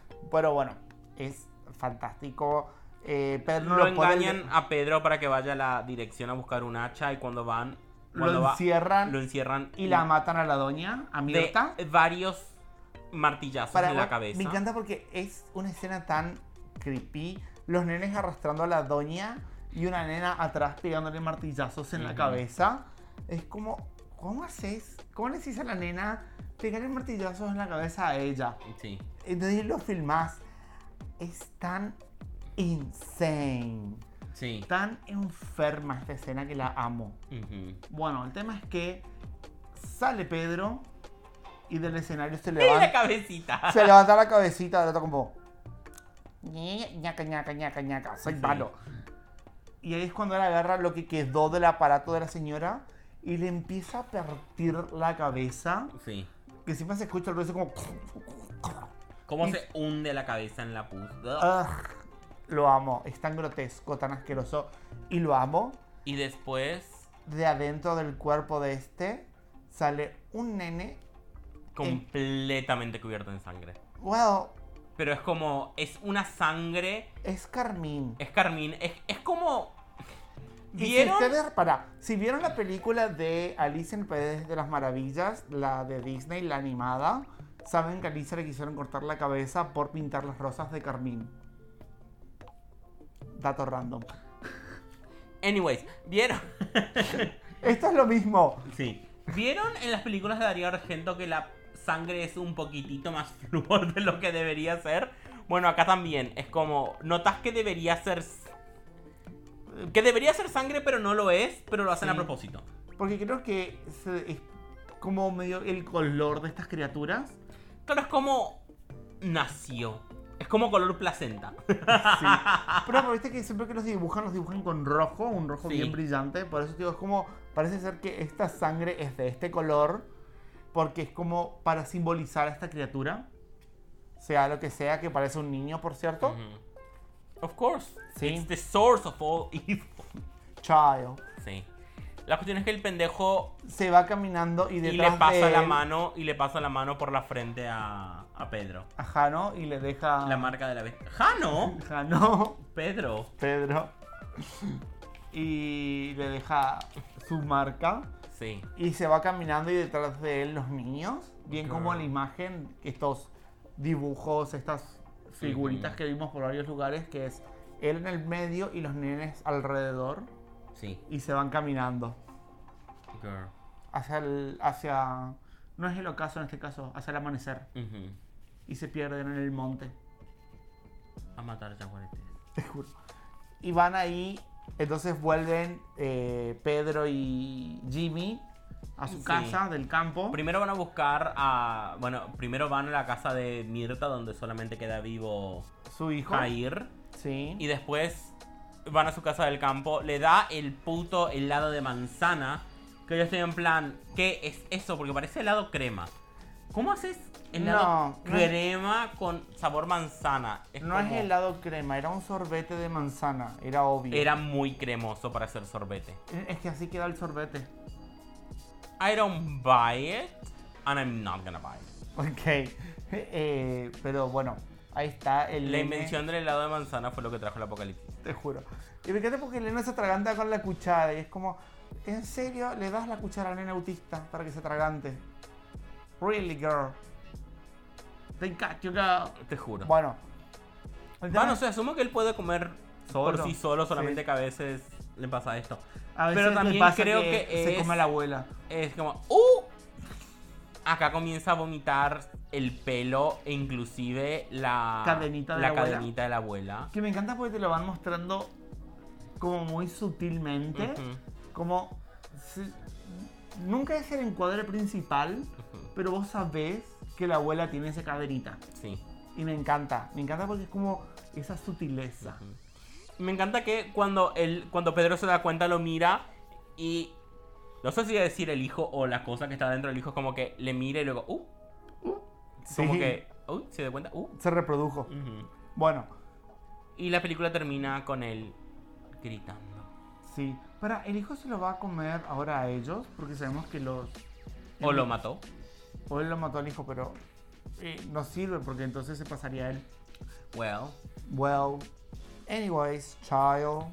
Speaker 2: Sí.
Speaker 1: Pero bueno, es fantástico. Eh, Pedro no
Speaker 2: Lo
Speaker 1: puede-
Speaker 2: engañan a Pedro para que vaya a la dirección a buscar un hacha y cuando van, cuando
Speaker 1: lo
Speaker 2: va,
Speaker 1: encierran
Speaker 2: lo encierran
Speaker 1: y la matan a la doña, a
Speaker 2: de
Speaker 1: Mirta.
Speaker 2: varios martillazos
Speaker 1: Para-
Speaker 2: en la cabeza.
Speaker 1: Me encanta porque es una escena tan creepy. Los nenes arrastrando a la doña y una nena atrás pegándole martillazos en la
Speaker 2: Ujú.
Speaker 1: cabeza. Es como, ¿cómo haces? ¿Cómo le decís a la nena pegarle martillazos en la cabeza a ella?
Speaker 2: Sí.
Speaker 1: Entonces lo filmás. Es tan insane.
Speaker 2: Sí.
Speaker 1: Tan enferma esta escena que la amo.
Speaker 2: Ujú.
Speaker 1: Bueno, el tema es que sale Pedro y del escenario se
Speaker 2: Y la
Speaker 1: levanta,
Speaker 2: cabecita.
Speaker 1: se levanta la cabecita del otro como... "Ñe, ñaca, ñaca, ñaca, ñaca, soy
Speaker 2: Sí.
Speaker 1: malo. Y ahí es cuando él agarra lo que quedó del aparato de la señora y le empieza a partir la cabeza.
Speaker 2: Sí.
Speaker 1: Que siempre se escucha el ruido como...
Speaker 2: Cómo
Speaker 1: Y-
Speaker 2: se hunde la cabeza en la pus.
Speaker 1: Ugh, "Ah, lo amo, es tan grotesco, tan asqueroso. Y lo amo.
Speaker 2: Y después
Speaker 1: De adentro del cuerpo de este sale un nene.
Speaker 2: completamente cubierto en sangre.
Speaker 1: Wow,
Speaker 2: Pero es como, es una sangre,
Speaker 1: Es Carmín.
Speaker 2: es carmín, es, es como...
Speaker 1: Y
Speaker 2: ¿Vieron?
Speaker 1: Si ustedes, para, si vieron la película de Alicia en el País de las Maravillas, la de Disney, la animada, saben que a Alicia le quisieron cortar la cabeza por pintar las rosas de Carmín. Dato random.
Speaker 2: Anyways, ¿vieron?
Speaker 1: Esto es lo mismo.
Speaker 2: Sí. ¿Vieron en las películas de Darío Argento que la sangre es un poquitito más flúor de lo que debería ser? Bueno, acá también. Es como, notas que debería ser... s- Que debería ser sangre, pero no lo es, pero lo hacen a
Speaker 1: Sí.
Speaker 2: propósito.
Speaker 1: Porque creo que se- es como medio el color de estas criaturas.
Speaker 2: Claro, es como... Nació. Es como color placenta.
Speaker 1: Sí. Pero, pero viste que siempre que los dibujan, los dibujan con rojo, un rojo
Speaker 2: Sí.
Speaker 1: bien brillante. Por eso, digo, es como. Parece ser que esta sangre es de este color. Porque es como para simbolizar a esta criatura. Sea lo que sea, que parece un niño, por cierto.
Speaker 2: Of course.
Speaker 1: Sí.
Speaker 2: It's the source of all evil.
Speaker 1: Child.
Speaker 2: Sí. La cuestión es que el pendejo
Speaker 1: Se va caminando y
Speaker 2: y
Speaker 1: detrás
Speaker 2: le pasa
Speaker 1: de
Speaker 2: la
Speaker 1: él
Speaker 2: mano y le pasa la mano por la frente a, a Pedro.
Speaker 1: A Jano y le deja.
Speaker 2: La marca de la bestia. ¡Jano!
Speaker 1: Jano,
Speaker 2: Pedro.
Speaker 1: Pedro. Y le deja su marca.
Speaker 2: Sí.
Speaker 1: Y se va caminando y detrás de él los niños. Bien como en
Speaker 2: Claro.
Speaker 1: la imagen, estos dibujos, estas figuritas que vimos por varios lugares, que es él en el medio y los nenes alrededor,
Speaker 2: Sí.
Speaker 1: y se van caminando
Speaker 2: Girl.
Speaker 1: hacia el, hacia, no es el ocaso en este caso, hacia el amanecer,
Speaker 2: Ujú.
Speaker 1: y se pierden en el monte,
Speaker 2: A matar jaguaretes.
Speaker 1: te juro. Y van ahí, entonces vuelven eh, Pedro y Jimmy a su
Speaker 2: Sí.
Speaker 1: casa del campo.
Speaker 2: Primero van a buscar a. Bueno, primero van a la casa de Mirta, donde solamente queda vivo
Speaker 1: su hijo.
Speaker 2: Jair.
Speaker 1: Sí.
Speaker 2: Y después van a su casa del campo. Le da el puto helado de manzana. Que yo estoy en plan, ¿qué es eso? Porque parece helado crema. ¿Cómo haces helado
Speaker 1: No, no es-
Speaker 2: crema con sabor manzana? Es
Speaker 1: no es
Speaker 2: como-
Speaker 1: helado crema, era un sorbete de manzana, era obvio.
Speaker 2: Era muy cremoso para hacer sorbete.
Speaker 1: Es que así queda el sorbete.
Speaker 2: I don't buy it, and I'm not gonna buy it.
Speaker 1: Ok. Eh, pero bueno, ahí está el.
Speaker 2: La
Speaker 1: nene,
Speaker 2: invención del helado de manzana fue lo que trajo el apocalipsis.
Speaker 1: Te juro. Y me encanta porque el nene se atraganta con la cuchara y es como. ¿En serio le das la cuchara al nene autista para que se atragante? Really, girl. They got you, girl.
Speaker 2: Te juro. Bueno,
Speaker 1: Bueno. el tema-
Speaker 2: se asumo que él puede comer
Speaker 1: Solo.
Speaker 2: por sí solo, solamente
Speaker 1: Sí.
Speaker 2: que a veces le pasa esto.
Speaker 1: a veces
Speaker 2: pero
Speaker 1: le
Speaker 2: también
Speaker 1: pasa
Speaker 2: creo que
Speaker 1: se
Speaker 2: es-
Speaker 1: come a la abuela.
Speaker 2: Es como, ¡uh! Acá comienza a vomitar el pelo e inclusive la
Speaker 1: Cadenita de la abuela.
Speaker 2: cadenita de la abuela.
Speaker 1: Que me encanta porque te lo van mostrando como muy sutilmente.
Speaker 2: Ujú,
Speaker 1: Como. si- nunca es el encuadre principal,
Speaker 2: ujú.
Speaker 1: pero vos sabés que la abuela tiene esa caderita.
Speaker 2: Sí.
Speaker 1: Y me encanta. Me encanta porque es como esa sutileza.
Speaker 2: Me encanta que cuando él, cuando Pedro se da cuenta lo mira y no sé si decir el hijo o la cosa que está dentro del hijo es como que le mira y luego uh, como
Speaker 1: Sí,
Speaker 2: que uy, se da cuenta uh.
Speaker 1: Se reprodujo.
Speaker 2: Ujú.
Speaker 1: Bueno,
Speaker 2: Y la película termina con él gritando
Speaker 1: sí. Para, el hijo se lo va a comer ahora a ellos porque sabemos que los.
Speaker 2: o lo mató.
Speaker 1: O él lo mató al hijo, pero. eh, no sirve porque entonces se pasaría a él.
Speaker 2: Well,
Speaker 1: Well, anyways, child.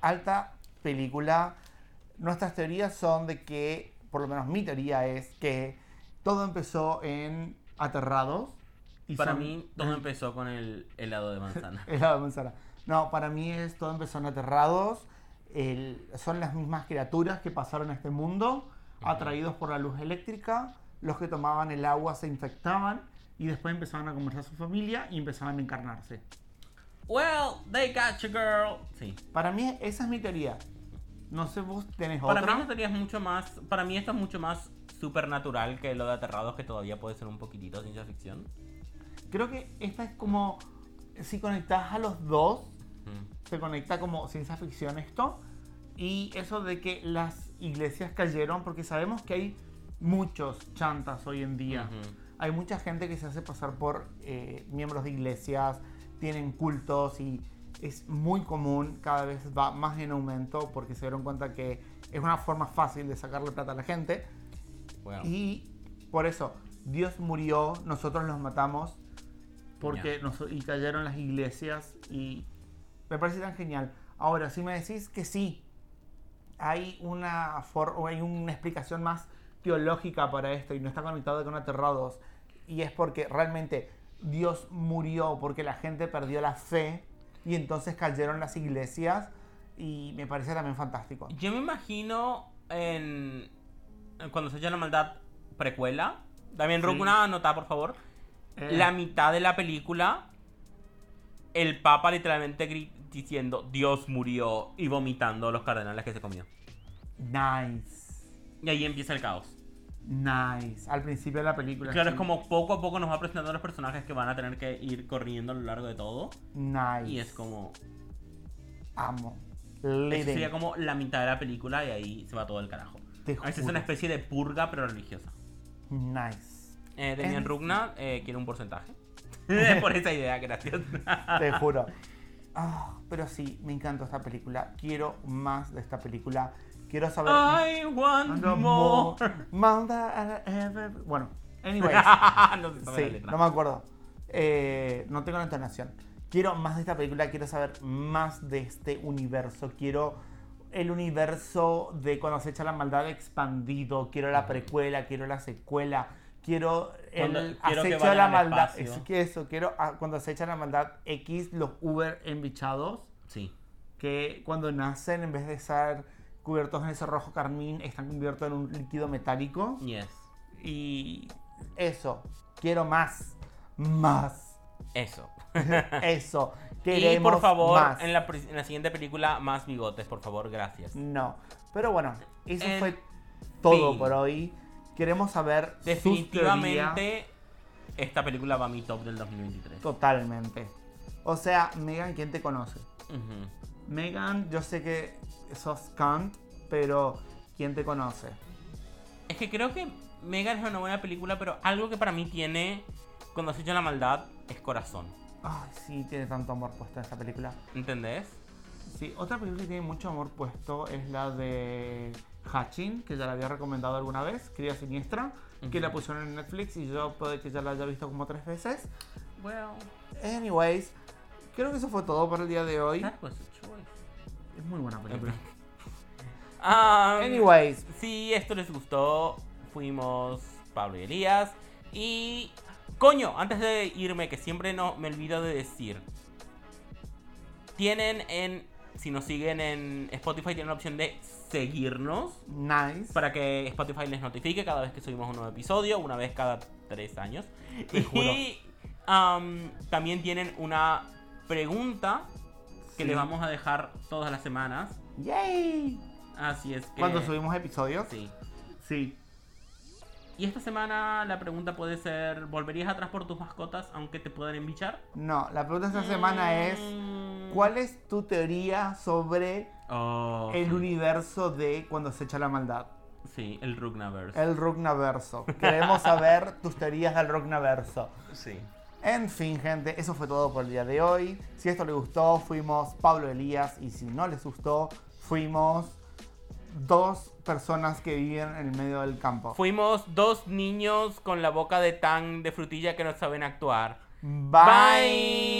Speaker 1: Alta película. Nuestras teorías son de que, por lo menos mi teoría es que todo empezó en Aterrados. y
Speaker 2: para
Speaker 1: son-
Speaker 2: mí todo empezó con el helado de manzana.
Speaker 1: El lado de manzana. No, para mí es todo empezó en Aterrados. el- son las mismas criaturas que pasaron a este mundo, atraídos por la luz eléctrica. Los que tomaban el agua se infectaban y después empezaban a conversar su familia y empezaban a encarnarse.
Speaker 2: well, they got you, girl. Sí.
Speaker 1: Para mí, esa es mi teoría. No sé, vos tenés
Speaker 2: Para
Speaker 1: otra.
Speaker 2: mí esta teoría es mucho más. Para mí esto es mucho más supernatural que lo de aterrados que todavía puede ser un poquitito ciencia ficción.
Speaker 1: Creo que esta es como. Si conectás a los dos,
Speaker 2: Mm.
Speaker 1: se conecta como ciencia ficción esto. Y eso de que las iglesias cayeron, porque sabemos que hay muchos chantas hoy en día.
Speaker 2: Ujú.
Speaker 1: Hay mucha gente que se hace pasar por eh, miembros de iglesias, tienen cultos y es muy común, cada vez va más en aumento porque se dieron cuenta que es una forma fácil de sacarle plata a la gente.
Speaker 2: Bueno,
Speaker 1: Y por eso, Dios murió, nosotros los matamos porque nos, y cayeron las iglesias y me parece tan genial. Ahora, si me decís que sí, hay una, for- o hay una explicación más teológica para esto y no está conectado con aterrados y es porque realmente Dios murió, porque la gente perdió la fe y entonces cayeron las iglesias y me parece también fantástico.
Speaker 2: yo me imagino en. en Cuando se echa la maldad precuela. También, Rock,
Speaker 1: Sí.
Speaker 2: una nota, por favor.
Speaker 1: Eh,
Speaker 2: La mitad de la película. El Papa literalmente gri- diciendo Dios murió y vomitando los cardenales que se comió.
Speaker 1: Nice.
Speaker 2: Y ahí empieza el caos.
Speaker 1: Nice. Al principio de la película.
Speaker 2: Claro,
Speaker 1: sí.
Speaker 2: es como poco a poco nos va presentando los personajes que van a tener que ir corriendo a lo largo de todo.
Speaker 1: Nice.
Speaker 2: Y es como.
Speaker 1: Amo.
Speaker 2: Eso
Speaker 1: Living.
Speaker 2: sería como la mitad de la película y ahí se va todo el carajo.
Speaker 1: Te
Speaker 2: A veces es
Speaker 1: juro.
Speaker 2: una especie de purga, pero religiosa.
Speaker 1: Nice.
Speaker 2: Eh, Demian
Speaker 1: En-
Speaker 2: Rugna eh, quiere un porcentaje. Por esa idea, gracias.
Speaker 1: Te juro. Ah, pero sí, me encantó esta película. Quiero más de esta película. Quiero saber.
Speaker 2: I want
Speaker 1: No more.
Speaker 2: more.
Speaker 1: More than I ever- Bueno, anyways.
Speaker 2: no se sabe la
Speaker 1: sí,
Speaker 2: letra.
Speaker 1: no me acuerdo. Eh, no tengo la entonación. Quiero más de esta película. Quiero saber más de este universo. Quiero el universo de cuando se echa la maldad expandido. Quiero la precuela. Quiero la secuela. Quiero el
Speaker 2: Cuando- quiero que
Speaker 1: acecho de la
Speaker 2: vayan al
Speaker 1: maldad.
Speaker 2: espacio.
Speaker 1: Es que eso, quiero ah, cuando acecha la maldad X, los Uber embichados,
Speaker 4: Sí.
Speaker 1: que cuando nacen, en vez de ser cubiertos en ese rojo carmín, están cubiertos en un líquido metálico.
Speaker 4: Yes.
Speaker 1: Y eso, quiero más. Más.
Speaker 2: Eso.
Speaker 1: Eso.
Speaker 2: Y
Speaker 1: Queremos
Speaker 2: por favor,
Speaker 1: más.
Speaker 2: en la, pri- en la siguiente película, más bigotes, por favor, gracias.
Speaker 1: No. Pero bueno, eso
Speaker 4: En
Speaker 1: fue todo
Speaker 2: fin.
Speaker 1: por hoy. Queremos saber sus teorías.
Speaker 2: Definitivamente, esta película va a mi top del 2023.
Speaker 1: Totalmente. O sea, Megan, ¿quién te conoce?
Speaker 2: Ujú.
Speaker 1: Megan, yo sé que sos cunt, pero ¿quién te conoce?
Speaker 2: Es que creo que Megan es una buena película, pero algo que para mí tiene, cuando se echa la maldad, es corazón.
Speaker 1: Ay, sí, tiene tanto amor puesto en esta película.
Speaker 2: ¿Entendés?
Speaker 1: Sí, otra película que tiene mucho amor puesto es la de Hatching, que ya la había recomendado alguna vez, Cría Siniestra, que la pusieron en Netflix y yo puede que ya la haya visto como tres veces.
Speaker 2: Well,
Speaker 1: Anyways, creo que eso fue todo por el día de hoy.
Speaker 2: that was a choice.
Speaker 1: Es muy buena película.
Speaker 2: Um,
Speaker 1: Anyways,
Speaker 2: Si esto les gustó, fuimos Pablo y Elías. Y. Coño, antes de irme, que siempre no me olvido de decir. Tienen en. Si nos siguen en Spotify, tienen la opción de seguirnos.
Speaker 1: nice.
Speaker 2: Para que Spotify les notifique cada vez que subimos un nuevo episodio, una vez cada tres años.
Speaker 1: Te juro.
Speaker 2: Y am, también tienen una pregunta que
Speaker 1: Sí.
Speaker 2: les vamos a dejar todas las semanas.
Speaker 1: Yay.
Speaker 2: Así es que.
Speaker 1: Cuando subimos episodios.
Speaker 2: Sí.
Speaker 1: Sí.
Speaker 2: Y esta semana la pregunta puede ser, ¿volverías atrás por tus mascotas aunque te puedan embichar?
Speaker 1: No, la pregunta de esta semana es,
Speaker 2: Mm.
Speaker 1: ¿cuál es tu teoría sobre
Speaker 2: Oh,
Speaker 1: el
Speaker 2: sí.
Speaker 1: universo de cuando se echa la maldad?
Speaker 2: Sí, el Rugnaverse.
Speaker 1: El Rugnaverso. Queremos saber tus teorías del Rugnaverso.
Speaker 2: Sí.
Speaker 1: En fin, gente, eso fue todo por el día de hoy. Si esto les gustó, fuimos Pablo Elías. Y si no les gustó, fuimos dos personas que viven en el medio del campo.
Speaker 2: Fuimos dos niños con la boca de tan de frutilla que no saben actuar.
Speaker 1: Bye.